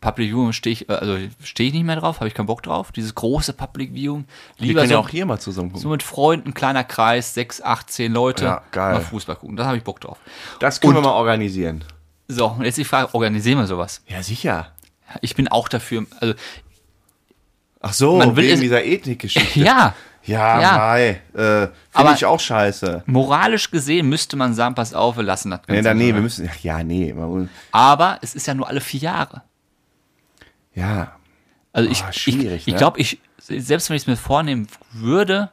B: Public Viewing stehe ich, also stehe ich nicht mehr drauf, habe ich keinen Bock drauf. Dieses große Public Viewing.
A: Wir
B: Lieber
A: können
B: so,
A: ja auch hier mal zusammen
B: so
A: gucken.
B: mit Freunden, kleiner Kreis, sechs, acht, zehn Leute
A: Ja, geil.
B: mal Fußball gucken. Da habe ich Bock drauf.
A: Das können wir mal organisieren.
B: So, und jetzt die Frage, organisieren wir sowas?
A: Ja, sicher.
B: Ich bin auch dafür, also
A: Ach so,
B: Man will
A: wegen
B: es-
A: dieser Ethnikgeschichte.
B: ja,
A: Ja,
B: [LAUGHS] Ja.
A: mei. Äh, Finde
B: Aber-
A: ich auch scheiße.
B: moralisch gesehen müsste man sagen, pass auf, wir lassen das
A: Nee,
B: Ganze.
A: dann, nee, wir müssen. ach Ja, nee. man-
B: Aber es ist ja nur alle vier Jahre.
A: Ja.
B: Also ich,
A: Ah, schwierig,
B: ich,
A: ne?
B: ich glaube, ich, selbst wenn ich es mir vornehmen würde,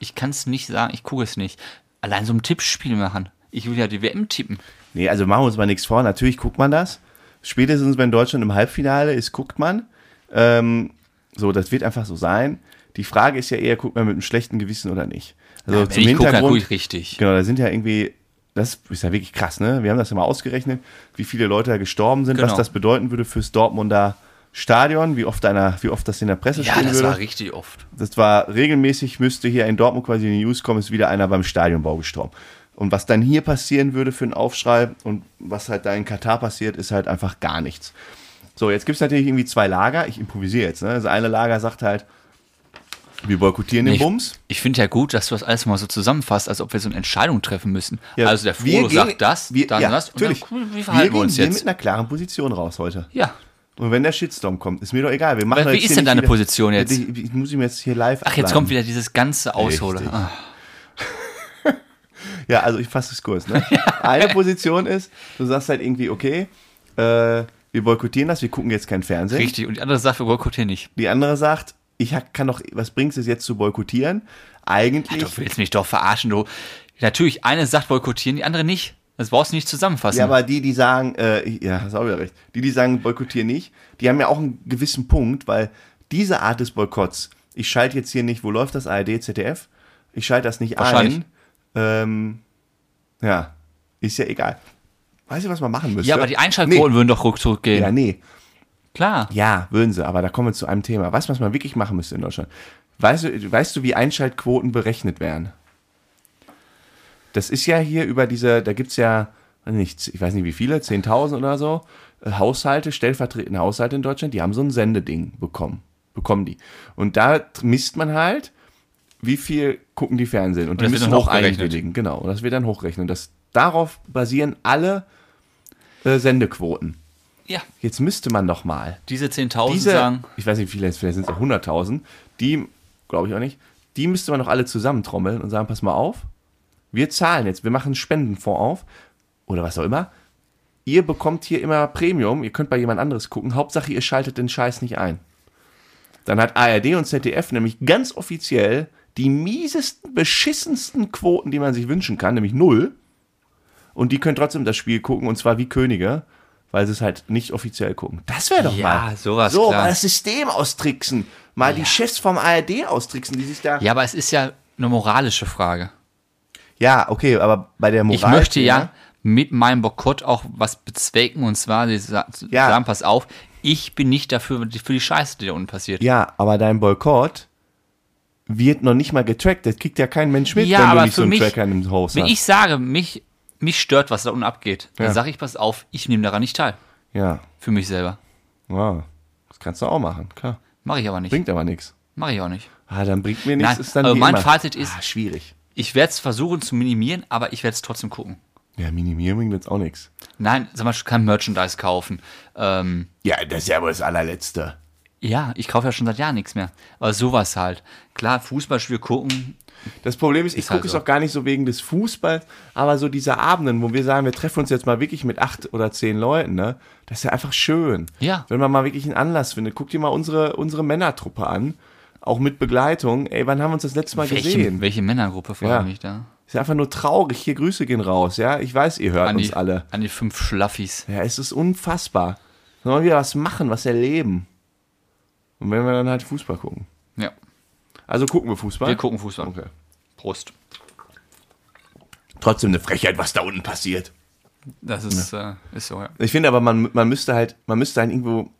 B: ich kann es nicht sagen, ich gucke es nicht. Allein so ein Tippspiel machen. Ich will ja die WM tippen.
A: Nee, also machen wir uns mal nichts vor. Natürlich guckt man das. Spätestens, wenn Deutschland im Halbfinale ist, guckt man. Ähm, so, das wird einfach so sein. Die Frage ist ja eher, guckt man mit einem schlechten Gewissen oder nicht. Also
B: Wenn
A: zum
B: ich gucke, dann gucke
A: Hintergrund.
B: ich richtig.
A: Genau, da sind ja irgendwie, das ist ja wirklich krass, ne? Wir haben das ja mal ausgerechnet, wie viele Leute da gestorben sind, was
B: Genau.
A: das bedeuten würde fürs Dortmunder Stadion, wie oft, einer, wie oft das in der Presse
B: Ja,
A: stehen
B: das
A: würde.
B: war richtig oft.
A: das war regelmäßig, müsste hier in Dortmund quasi in die News kommen, ist wieder einer beim Stadionbau gestorben. Und was dann hier passieren würde für einen Aufschrei und was halt da in Katar passiert, ist halt einfach gar nichts. So, jetzt gibt es natürlich irgendwie zwei Lager. Ich improvisiere jetzt. Ne? Das eine Lager sagt halt, wir boykottieren den
B: Ich,
A: Bums.
B: ich finde ja gut, dass du das alles mal so zusammenfasst, als ob wir so eine Entscheidung treffen müssen. also der
A: wir
B: Frodo sagt das,
A: wir,
B: dann
A: ja,
B: das und
A: natürlich.
B: dann wie
A: wir
B: verhalten wir,
A: gehen
B: uns
A: hier mit
B: jetzt?
A: einer klaren Position raus heute.
B: Ja,
A: Und wenn der Shitstorm kommt, ist mir doch egal. Wir machen
B: Aber
A: doch
B: wie
A: jetzt
B: ist
A: hier
B: denn
A: nicht
B: deine
A: wieder-
B: Position jetzt?
A: Ich, ich muss ihm jetzt hier live
B: ach, jetzt kommt wieder dieses ganze Aushole.
A: Richtig.
B: Ah,
A: Ja, also ich fasse es kurz.
B: [LAUGHS]
A: Ne? Eine Position ist, du sagst halt irgendwie, okay, äh, wir boykottieren das, wir gucken jetzt kein Fernsehen.
B: richtig. Und die andere sagt, wir boykottieren nicht.
A: Die andere sagt, ich ha- kann doch, was bringt es jetzt zu boykottieren? Eigentlich,
B: Du willst mich doch verarschen, du. Natürlich, eine sagt boykottieren, die andere nicht. Das brauchst du nicht zusammenfassen.
A: ja, aber die, die sagen, äh, ich- ja, hast auch wieder recht, die, die sagen, boykottieren nicht, die haben ja auch einen gewissen Punkt, weil diese Art des Boykotts, ich schalte jetzt hier nicht, wo läuft das ARD, ZDF, ich schalte das nicht
B: Wahrscheinlich.
A: ein. Ähm, ja, ist ja egal. Weißt du, was man machen müsste?
B: Ja, aber die Einschaltquoten würden doch ruckzuck
A: Nee.
B: gehen.
A: Ja, nee.
B: Klar.
A: Ja, würden sie, aber da kommen wir zu einem Thema. Weißt du, was man wirklich machen müsste in Deutschland? Weißt du, weißt du, wie Einschaltquoten berechnet werden? Das ist ja hier über diese, da gibt's ja, weiß nicht, ich weiß nicht wie viele, 10.000 oder so, äh, Haushalte, stellvertretende Haushalte in Deutschland, die haben so ein Sendeding bekommen. Bekommen die. Und da misst man halt, wie viel gucken die Fernsehen. Und, die
B: das wird
A: müssen
B: dann
A: auch
B: hochgerechnet.
A: einwilligen. Genau, und das wird dann hochrechnen. Und das, darauf basieren alle äh, Sendequoten.
B: Ja,
A: Jetzt müsste man doch mal
B: diese 10.000
A: diese,
B: sagen,
A: ich weiß nicht, wie viele, vielleicht sind es auch 100.000, die, glaube ich auch nicht, die müsste man doch alle zusammentrommeln und sagen, pass mal auf, wir zahlen jetzt, wir machen einen Spendenfonds auf oder was auch immer. Ihr bekommt hier immer Premium, ihr könnt bei jemand anderes gucken, Hauptsache ihr schaltet den Scheiß nicht ein. Dann hat ARD und ZDF nämlich ganz offiziell die miesesten, beschissensten Quoten, die man sich wünschen kann, nämlich null. Und die können trotzdem das Spiel gucken, und zwar wie Könige, weil sie es halt nicht offiziell gucken. Das wäre doch
B: Ja,
A: mal.
B: sowas,
A: So,
B: klar.
A: mal das System austricksen. Mal die Chefs vom ARD austricksen, die sich da.
B: ja, aber es ist ja eine moralische Frage.
A: Ja, okay, aber bei der Moral.
B: Ich möchte ja mit meinem Boykott auch was bezwecken und zwar, sie sa-
A: Ja.
B: sagen, pass auf, ich bin nicht dafür, für die Scheiße, die da unten passiert.
A: Ja, aber dein Boykott wird noch nicht mal getrackt. Das kriegt ja kein Mensch mit,
B: Ja,
A: wenn du
B: aber
A: nicht so
B: für
A: einen
B: mich-
A: Tracker im Haus
B: Wenn
A: hast.
B: ich sage, mich, mich stört, was da unten abgeht,
A: Ja.
B: dann sage ich, pass auf, ich nehme daran nicht teil.
A: ja,
B: Für mich selber.
A: wow. Das kannst du auch machen, klar.
B: Mache ich aber nicht.
A: Bringt aber nichts.
B: Mache ich auch nicht.
A: Ah, dann bringt mir nichts.
B: Nein, aber
A: wie
B: mein
A: immer.
B: Fazit ist-
A: Ah, schwierig.
B: Ich werde es versuchen zu minimieren, aber ich werde es trotzdem gucken.
A: Ja, minimieren bringt jetzt auch nichts.
B: Nein, sag mal, ich kann Merchandise kaufen. Ähm,
A: Ja, das ist ja wohl das allerletzte.
B: ja, ich kaufe ja schon seit Jahren nichts mehr. Aber sowas halt. Klar, Fußballspiel gucken.
A: Das Problem ist, ich
B: halt
A: gucke es
B: so.
A: auch gar nicht so wegen des Fußballs, aber so diese Abenden, wo wir sagen, wir treffen uns jetzt mal wirklich mit acht oder zehn Leuten, ne? Das ist ja einfach schön.
B: Ja.
A: Wenn man mal wirklich einen Anlass findet, guck dir mal unsere, unsere Männertruppe an. Auch mit Begleitung. Ey, wann haben wir uns das letzte Mal
B: Welche,
A: gesehen?
B: welche Männergruppe frage
A: Ja.
B: mich da?
A: Ist ja einfach nur traurig. Hier Grüße gehen raus, ja? Ich weiß, ihr hört
B: An die,
A: uns alle.
B: an die fünf Schlaffis.
A: Ja, es ist unfassbar. Sollen wir wieder was machen, was erleben? Und wenn wir dann halt Fußball gucken.
B: Ja,
A: Also gucken wir Fußball.
B: wir gucken Fußball.
A: Okay.
B: Prost.
A: Trotzdem eine Frechheit, was da unten passiert.
B: Das ist, äh, ist so, ja.
A: Ich finde aber, man, man müsste halt, man müsste halt irgendwo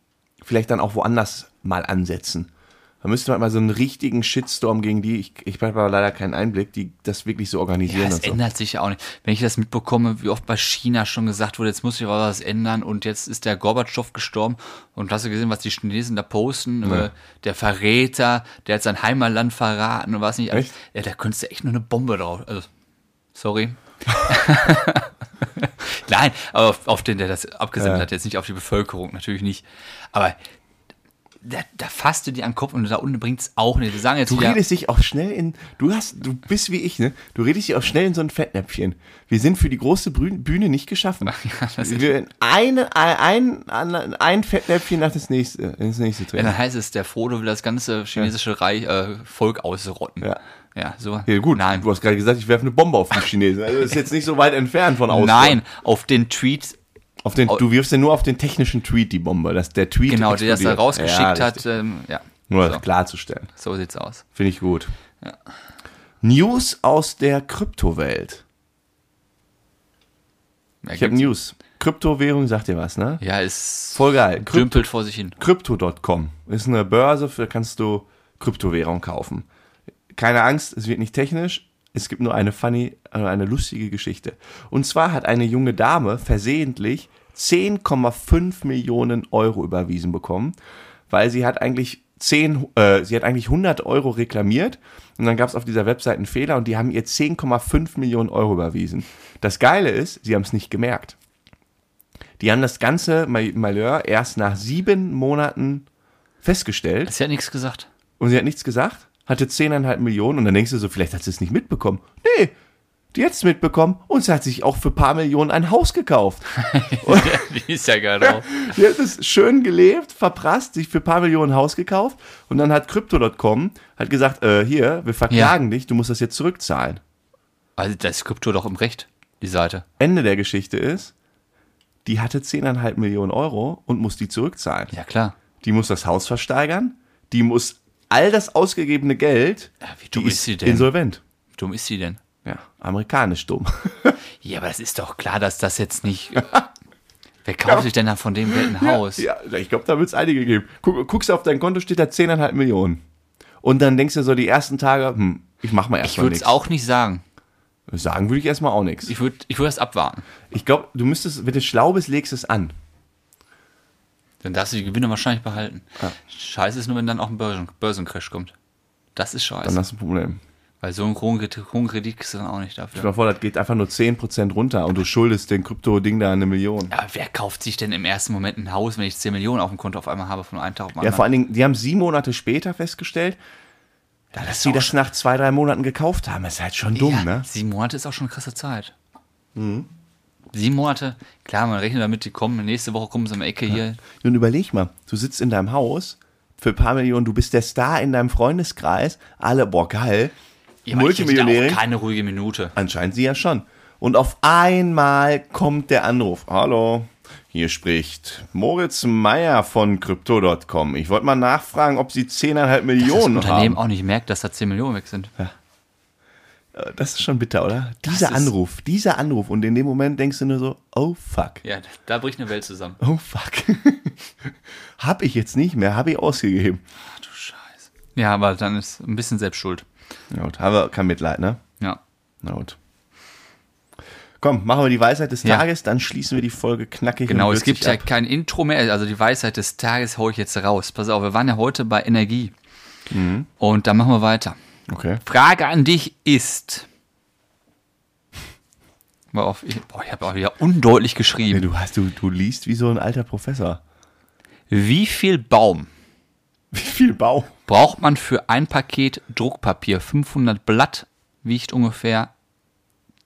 A: vielleicht dann auch woanders mal ansetzen. Da müsste man mal so einen richtigen Shitstorm gegen die, ich, ich habe aber leider keinen Einblick, die das wirklich so
B: Ja,
A: organisieren
B: es
A: und so.
B: ändert sich ja auch nicht. Wenn ich das mitbekomme, wie oft bei China schon gesagt wurde, jetzt muss sich aber was ändern und jetzt ist der Gorbatschow gestorben und hast du gesehen, was die Chinesen da posten? Äh, Der Verräter, der hat sein Heimatland verraten und was nicht. alles.
A: Echt?
B: Ja, da könntest du echt nur eine Bombe drauf. Also,
A: [LAUGHS]
B: sorry. [LAUGHS] Nein, aber auf, auf den, der das abgesendet
A: Ja.
B: hat, jetzt nicht auf die Bevölkerung, natürlich nicht. Aber da, da fasst du dir an den Kopf und da unten bringt es auch nicht. Wir sagen jetzt
A: Du
B: wieder,
A: redest dich auch schnell in, du hast, du bist wie ich, ne? Du redest dich auch schnell in so ein Fettnäpfchen. Wir sind für die große Brü- Bühne nicht geschaffen.
B: das ist-
A: Wir eine, ein, ein, ein Fettnäpfchen nach das nächste, ins nächste
B: Ja,
A: Training.
B: dann heißt es, der Frodo will das ganze chinesische Reich, äh, Volk ausrotten.
A: Ja.
B: Ja, so.
A: Ja, gut,
B: Nein.
A: du hast gerade gesagt, ich werfe eine Bombe auf die Chinesen. Also das ist jetzt nicht so weit entfernt von außen.
B: Nein, auf den Tweet,
A: Auf den, du wirfst ja nur auf den technischen Tweet die Bombe. Dass der Tweet
B: genau, der das da
A: explodiert.
B: rausgeschickt
A: Ja,
B: hat.
A: richtig.
B: Ähm, ja,
A: Nur
B: so.
A: das klarzustellen.
B: so sieht's aus.
A: Finde ich gut. News aus der Kryptowelt.
B: Ja,
A: Ich habe
B: gibt's-
A: News. Kryptowährung sagt dir was, ne?
B: ja ist
A: Voll geil. Krypt-
B: dümpelt vor sich hin.
A: Crypto.com ist eine Börse, für da kannst du Kryptowährung kaufen. Keine Angst, es wird nicht technisch. Es gibt nur eine funny, äh, eine lustige Geschichte. Und zwar hat eine junge Dame versehentlich 10,5 Millionen Euro überwiesen bekommen, weil sie hat eigentlich 10, äh, sie hat eigentlich 100 Euro reklamiert und dann gab es auf dieser Webseite einen Fehler und die haben ihr 10,5 Millionen Euro überwiesen. Das Geile ist, sie haben es nicht gemerkt. Die haben das ganze Mal- Malheur erst nach sieben Monaten festgestellt
B: Sie hat nichts gesagt.
A: und sie hat nichts gesagt, hatte 10,5 Millionen und dann denkst du so, vielleicht hat sie es nicht mitbekommen. Nee, die hat es mitbekommen und sie hat sich auch für ein paar Millionen ein Haus
B: [LAUGHS]
A: gekauft.
B: [LAUGHS] Die ist ja geil drauf.
A: Die hat es schön gelebt, verprasst, sich für ein paar Millionen ein Haus gekauft und dann hat Crypto.com hat gesagt, äh, hier, wir verklagen dich, du musst das jetzt zurückzahlen.
B: [LAUGHS] Also, da ist Krypto doch im Recht, die Seite.
A: Ende der Geschichte ist, die hatte 10,5 Millionen Euro und muss die zurückzahlen.
B: Ja, klar.
A: die muss das Haus versteigern, die muss all das ausgegebene Geld,
B: Ja, wie
A: die
B: dumm ist sie denn?
A: insolvent.
B: Wie dumm ist sie denn?
A: Ja, amerikanisch dumm.
B: Ja, aber das ist doch klar, dass das jetzt
A: [LAUGHS]
B: nicht. Wer kauft sich denn da von dem Geld ein Haus?
A: Ja, ich glaube, da wird es einige geben. Guck, guckst du auf dein Konto, steht da 10,5 Millionen. Und dann denkst du so die ersten Tage, hm, ich mach mal
B: Ich
A: erstmal
B: würde es
A: nichts.
B: auch nicht sagen.
A: Sagen würde ich erstmal auch nichts.
B: Ich würde ich würd das abwarten.
A: Ich glaube, du müsstest, wenn du schlau bist, legst es an.
B: Dann darfst du die Gewinne wahrscheinlich behalten. Scheiße ist nur, wenn dann auch ein Börsen Börsencrash kommt. Das ist scheiße.
A: Dann hast du ein Problem.
B: Weil so einen hohen, Kredit- hohen Kredit kriegst du dann auch nicht
A: Stell
B: dafür.
A: dir mal vor, das geht einfach nur 10% runter und du schuldest den Krypto-Ding da eine Million.
B: Aber wer kauft sich denn im ersten Moment ein Haus, wenn ich 10 Millionen auf dem Konto auf einmal habe von einem Tag auf den
A: Ja, vor
B: anderen?
A: allen Dingen, die haben sieben Monate später festgestellt, dass sie
B: auch
A: das nach zwei, drei Monaten gekauft haben. Das ist halt schon dumm, ne? Mhm.
B: Sieben Monate ist auch schon eine krasse Zeit. Sieben Monate, klar, man rechnet damit, die kommen, nächste Woche kommen sie um die Ecke hier.
A: Nun überleg mal, du sitzt in deinem Haus für ein paar Millionen, du bist der Star in deinem Freundeskreis, alle, boah, geil,
B: Ja, aber ich hätte da
A: Multimillionärin,
B: auch keine ruhige Minute.
A: anscheinend sie ja schon. Und auf einmal kommt der Anruf, hallo, hier spricht Moritz Meyer von Crypto.com. Ich wollte mal nachfragen, ob Sie 10,5
B: Das
A: Millionen
B: Unternehmen
A: haben.
B: auch nicht merkt, dass da 10 Millionen weg sind.
A: Äh, Das ist schon bitter, oder? Dieser
B: ist-
A: Anruf, dieser Anruf. Und in dem Moment denkst du nur so, oh fuck.
B: Ja, da bricht eine Welt zusammen.
A: Oh fuck. [LAUGHS] hab ich jetzt nicht mehr, hab ich ausgegeben.
B: Ach du Scheiße. Ja, aber dann ist ein bisschen selbst schuld.
A: Na gut, haben wir kein Mitleid, ne?
B: Ja.
A: Na gut. Komm, machen wir die Weisheit des
B: Ja.
A: Tages, dann schließen wir die Folge knackig.
B: Genau,
A: und
B: es gibt ja
A: würzig ab.
B: kein Intro mehr, also die Weisheit des Tages hau ich jetzt raus. Pass auf, wir waren ja heute bei Energie.
A: Mhm.
B: Und dann machen wir weiter.
A: Okay.
B: Frage an dich ist. Mal auf, ich, boah, ich habe auch wieder undeutlich
A: Nee,
B: geschrieben.
A: du, hast, du, du liest wie so ein alter Professor. [LAUGHS]
B: Wie viel Baum
A: Wie viel Bau?
B: braucht man für ein Paket Druckpapier? 500 Blatt wiegt ungefähr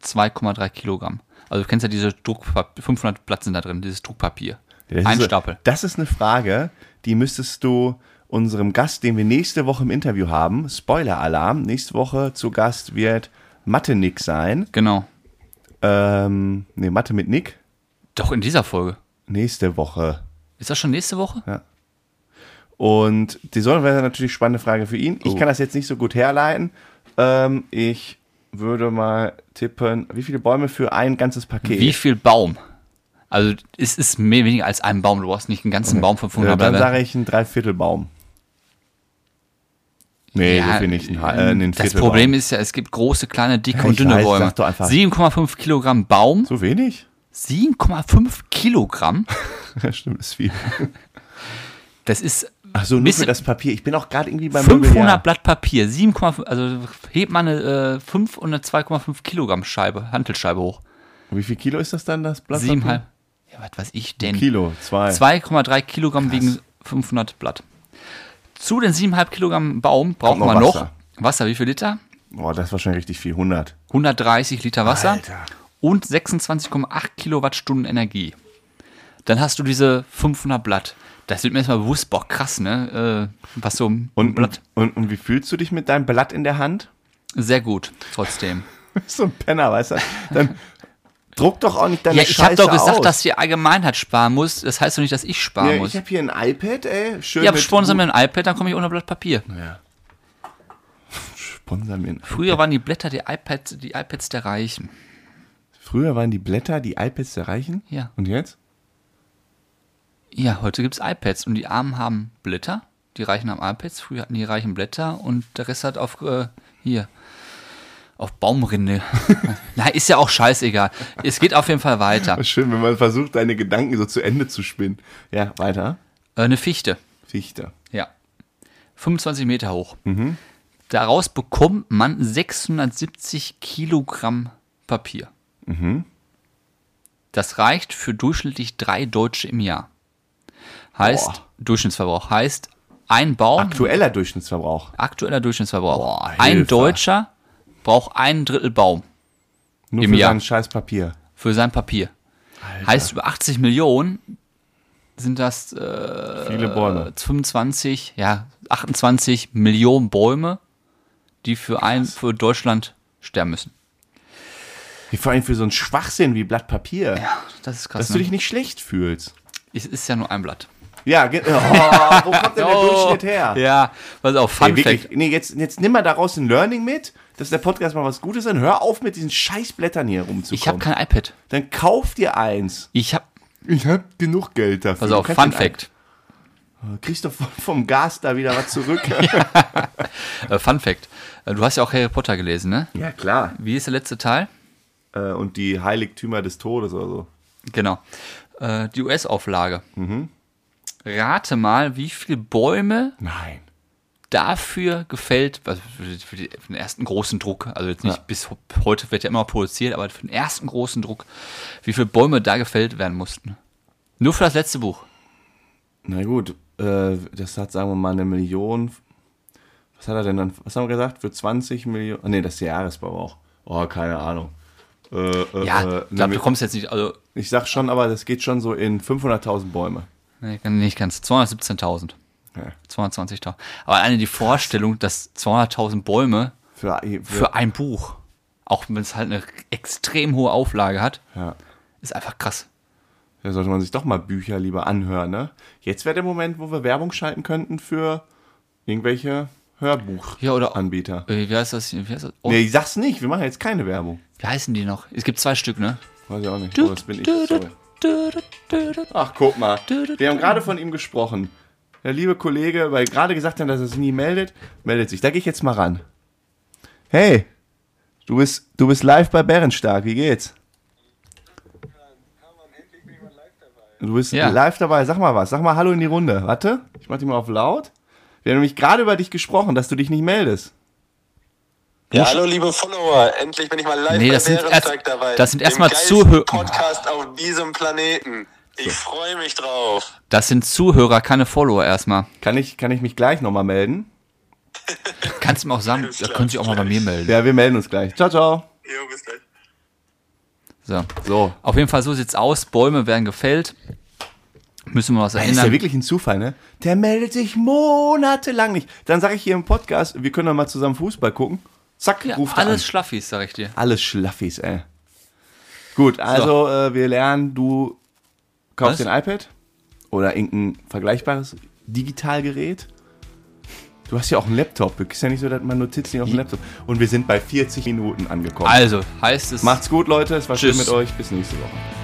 B: 2,3 Kilogramm. Also du kennst ja diese Druckpapier, 500 Blatt sind da drin, dieses Druckpapier.
A: Das
B: ein
A: ist, so-
B: Stapel.
A: Das ist eine Frage, die müsstest du unserem Gast, den wir nächste Woche im Interview haben, Spoiler-Alarm, nächste Woche zu Gast wird Mathe Nick sein.
B: Genau.
A: Ähm, nee, Mathe mit Nick.
B: Doch in dieser Folge.
A: Nächste Woche.
B: Ist das schon nächste Woche?
A: Und die Sonne wäre natürlich spannende Frage für ihn. Ich
B: Oh.
A: kann das jetzt nicht so gut herleiten. Ähm, ich würde mal tippen, wie viele Bäume für ein ganzes Paket?
B: Wie viel Baum? Also es ist mehr weniger als ein Baum. Du brauchst nicht einen ganzen Baum von
A: ja,
B: 500
A: dann
B: Bäumen.
A: sage ich ein Dreiviertelbaum. Nee, so viel nicht. Ein, Ha- äh, ein
B: ähm, das
A: Viertelbaum.
B: Problem ist ja, es gibt große, kleine, dicke
A: Ja, ich
B: und dünne
A: weiß,
B: Bäume.
A: sag doch einfach.
B: 7,5 Kilogramm Baum,
A: So wenig? [LAUGHS]
B: 7,5 Kilogramm,
A: Stimmt, ist viel. [LAUGHS]
B: das ist
A: Ach so, nur
B: Bisschen-
A: für das Papier. Ich bin auch gerade irgendwie beim
B: 500
A: Mobiliar.
B: Blatt Papier, 7,5, also hebt man eine äh, 5 und eine 2,5 Kilogramm Scheibe, Hantelscheibe hoch.
A: Wie viel Kilo ist das dann, das Blatt? Papier?
B: 7,5, ja, was weiß ich denn?
A: Kilo, zwei.
B: 2,3 Kilogramm wegen 500 Blatt. Zu den 7,5 Kilogramm Baum braucht
A: noch
B: man noch
A: Wasser.
B: Wasser. wie viel Liter?
A: Boah, das war schon richtig viel. 100.
B: 130 Liter Wasser
A: Alter.
B: und 26,8 Kilowattstunden Energie. Dann hast du diese 500 Blatt. Das wird mir erstmal bewusst, boah, krass, ne? Äh, was so ein
A: Und,
B: Blatt.
A: und, und, wie fühlst du dich mit deinem Blatt in der Hand? [LAUGHS]
B: Sehr gut, trotzdem.
A: so ein Penner, weißt du?
B: [LAUGHS]
A: Dann druck doch auch nicht deine
B: Ja, ich
A: Scheiße
B: habe doch gesagt,
A: aus.
B: dass die Allgemeinheit sparen muss. Das heißt doch nicht, dass ich sparen
A: ja,
B: muss.
A: ich habe hier ein iPad, ey. Schön
B: Ihr habt
A: mit
B: Sponsor mir ein iPad, dann komme ich ohne Blatt Papier.
A: Sponsor mir ein-
B: Früher waren die Blätter die iPads, die iPads der Reichen.
A: Früher waren die Blätter, die iPads der Reichen.
B: Ja.
A: Und jetzt?
B: Ja, heute gibt's iPads und die Armen haben Blätter. Die Reichen haben iPads. Früher hatten die Reichen Blätter und der Rest hat auf äh, hier auf Baumrinde. Na, ist ja auch scheißegal. Es geht auf jeden Fall weiter. Äh,
A: Schön, wenn man versucht, deine Gedanken so zu Ende zu spinnen. Ja, weiter.
B: Äh, eine Fichte.
A: Fichte.
B: Ja. 25 Meter hoch. Daraus bekommt man 670 Kilogramm Papier. Das reicht für durchschnittlich drei Deutsche im Jahr. Heißt,
A: Boah.
B: Durchschnittsverbrauch heißt, ein Baum,
A: Aktueller Durchschnittsverbrauch.
B: aktueller Durchschnittsverbrauch.
A: Boah, Hilfe.
B: ein Deutscher braucht ein Drittel Baum
A: Nur
B: Im
A: für
B: Jahr.
A: sein scheiß Papier.
B: für sein Papier. Heißt, über 80 Millionen sind das äh,
A: Viele Bäume.
B: 25, ja, 28 Millionen Bäume, die für ein, für Deutschland sterben müssen.
A: Wie vor allem für so einen Schwachsinn wie Blatt Papier.
B: Äh. Ja, das ist krass.
A: Dass du dich nicht schlecht fühlst.
B: es ist ja nur ein Blatt.
A: Ja,
B: [LAUGHS]
A: ge- oh, wo kommt denn der Durchschnitt her?
B: Oh. Ja, pass auf, Fun
A: Ey, wirklich,
B: Fact.
A: nee, jetzt, jetzt nimm mal daraus ein Learning mit, dass der Podcast mal was Gutes ist. Hör auf, mit diesen Scheißblättern hier
B: Ich habe
A: rumzukommen.
B: kein iPad.
A: Dann kauf dir eins.
B: Ich habe,
A: Ich hab genug Geld dafür.
B: pass
A: Du
B: auf,
A: kannst
B: Fun
A: den
B: Fact.
A: ein- Kriegst doch vom- vom Gas da wieder was [LAUGHS] zurück.
B: Äh, Fun Fact. Äh, Du hast ja auch Harry Potter gelesen, ne?
A: ja, klar.
B: Wie ist der letzte Teil?
A: Äh, und die Heiligtümer des Todes oder so.
B: Genau. Äh, die US-Auflage. Rate mal, wie viele Bäume
A: Nein.
B: dafür gefällt, also für die- für die- für den ersten großen Druck, also jetzt nicht
A: Ja.
B: bis ho- heute wird ja immer produziert, aber für den ersten großen Druck, wie viele Bäume da gefällt werden mussten. Nur für das letzte Buch.
A: Na gut, äh, das hat, sagen wir mal, eine Million. Was hat er denn dann? Was haben wir gesagt? Für 20 Millionen. Ah, Nee, das ist der Jahresverbrauch. Oh, keine Ahnung. Äh, äh,
B: Ja,
A: äh,
B: da
A: ne,
B: bekommst du jetzt nicht, also
A: ich sag schon, aber das geht schon so in 500.000 Bäume.
B: nee, kann- nicht ganz, 217.000.
A: Ja.
B: 220.000. Aber alleine die Vorstellung, dass 200.000 Bäume
A: Für,
B: für ein Buch, auch wenn es halt eine extrem hohe Auflage hat,
A: ja.
B: ist einfach krass.
A: Da sollte man sich doch mal Bücher lieber anhören, ne? Jetzt wäre der Moment, wo wir Werbung schalten könnten für irgendwelche Hörbuchanbieter.
B: Ja, oder-
A: Anbieter.
B: Äh, Wie heißt das? Wie, heißt das? Oh,
A: Nee, ich sag's nicht, wir machen jetzt keine Werbung.
B: wie heißen die noch? Es gibt zwei Stück, ne?
A: Weiß ich auch nicht. Oh, das bin ich. Sorry. Ach, guck mal. Wir haben gerade von ihm gesprochen. Der liebe Kollege, weil gerade gesagt haben, dass er sich nie meldet, meldet sich. Da gehe ich jetzt mal ran. Hey, du bist, du bist live bei Bärenstark. Wie geht's? Du bist
B: Ja.
A: live dabei. Sag mal was. Sag mal Hallo in die Runde. Warte, ich mach dich mal auf laut. Wir haben nämlich gerade über dich gesprochen, dass du dich nicht meldest.
C: Ja, hallo liebe Follower, endlich bin ich mal live
B: Nee, das
C: bei
B: sind
C: Bärentag
B: erst-
C: dabei.
B: das sind
C: Dem
B: erstmal
C: geilsten
B: Zuhö-
C: Podcast auf diesem Planeten. Ich freue mich drauf.
B: Das sind Zuhörer, keine Follower erstmal. [LAUGHS]
A: Kann ich, kann ich mich gleich nochmal melden?
B: Kannst du mir auch sagen,
C: Alles
B: da
C: klar,
B: können sich auch mal bei mir melden.
A: Ja, wir melden uns gleich. Ciao, ciao.
C: Jo, bis gleich.
B: So.
A: So,
B: Auf jeden Fall, so sieht's aus. Bäume werden gefällt. Müssen wir was
A: Das ist ja
B: erinnern.
A: wirklich ein Zufall, ne? Der meldet sich monatelang nicht. Dann sage ich hier im Podcast, wir können doch mal zusammen Fußball gucken. Zack,
B: Ja,
A: ruft er
B: alles
A: an.
B: Schlaffis, sag ich dir.
A: Alles Schlaffis, ey. Gut, also äh, wir lernen, du kaufst den
B: Was?
A: iPad oder irgendein vergleichbares Digitalgerät. Du hast ja auch einen Laptop. Es ist ja nicht so, dass man Notizen auf dem Laptop. Und wir sind bei 40 Minuten angekommen.
B: Also, heißt es.
A: Macht's gut, Leute. Es war schön
B: Tschüss.
A: mit euch. Bis nächste Woche.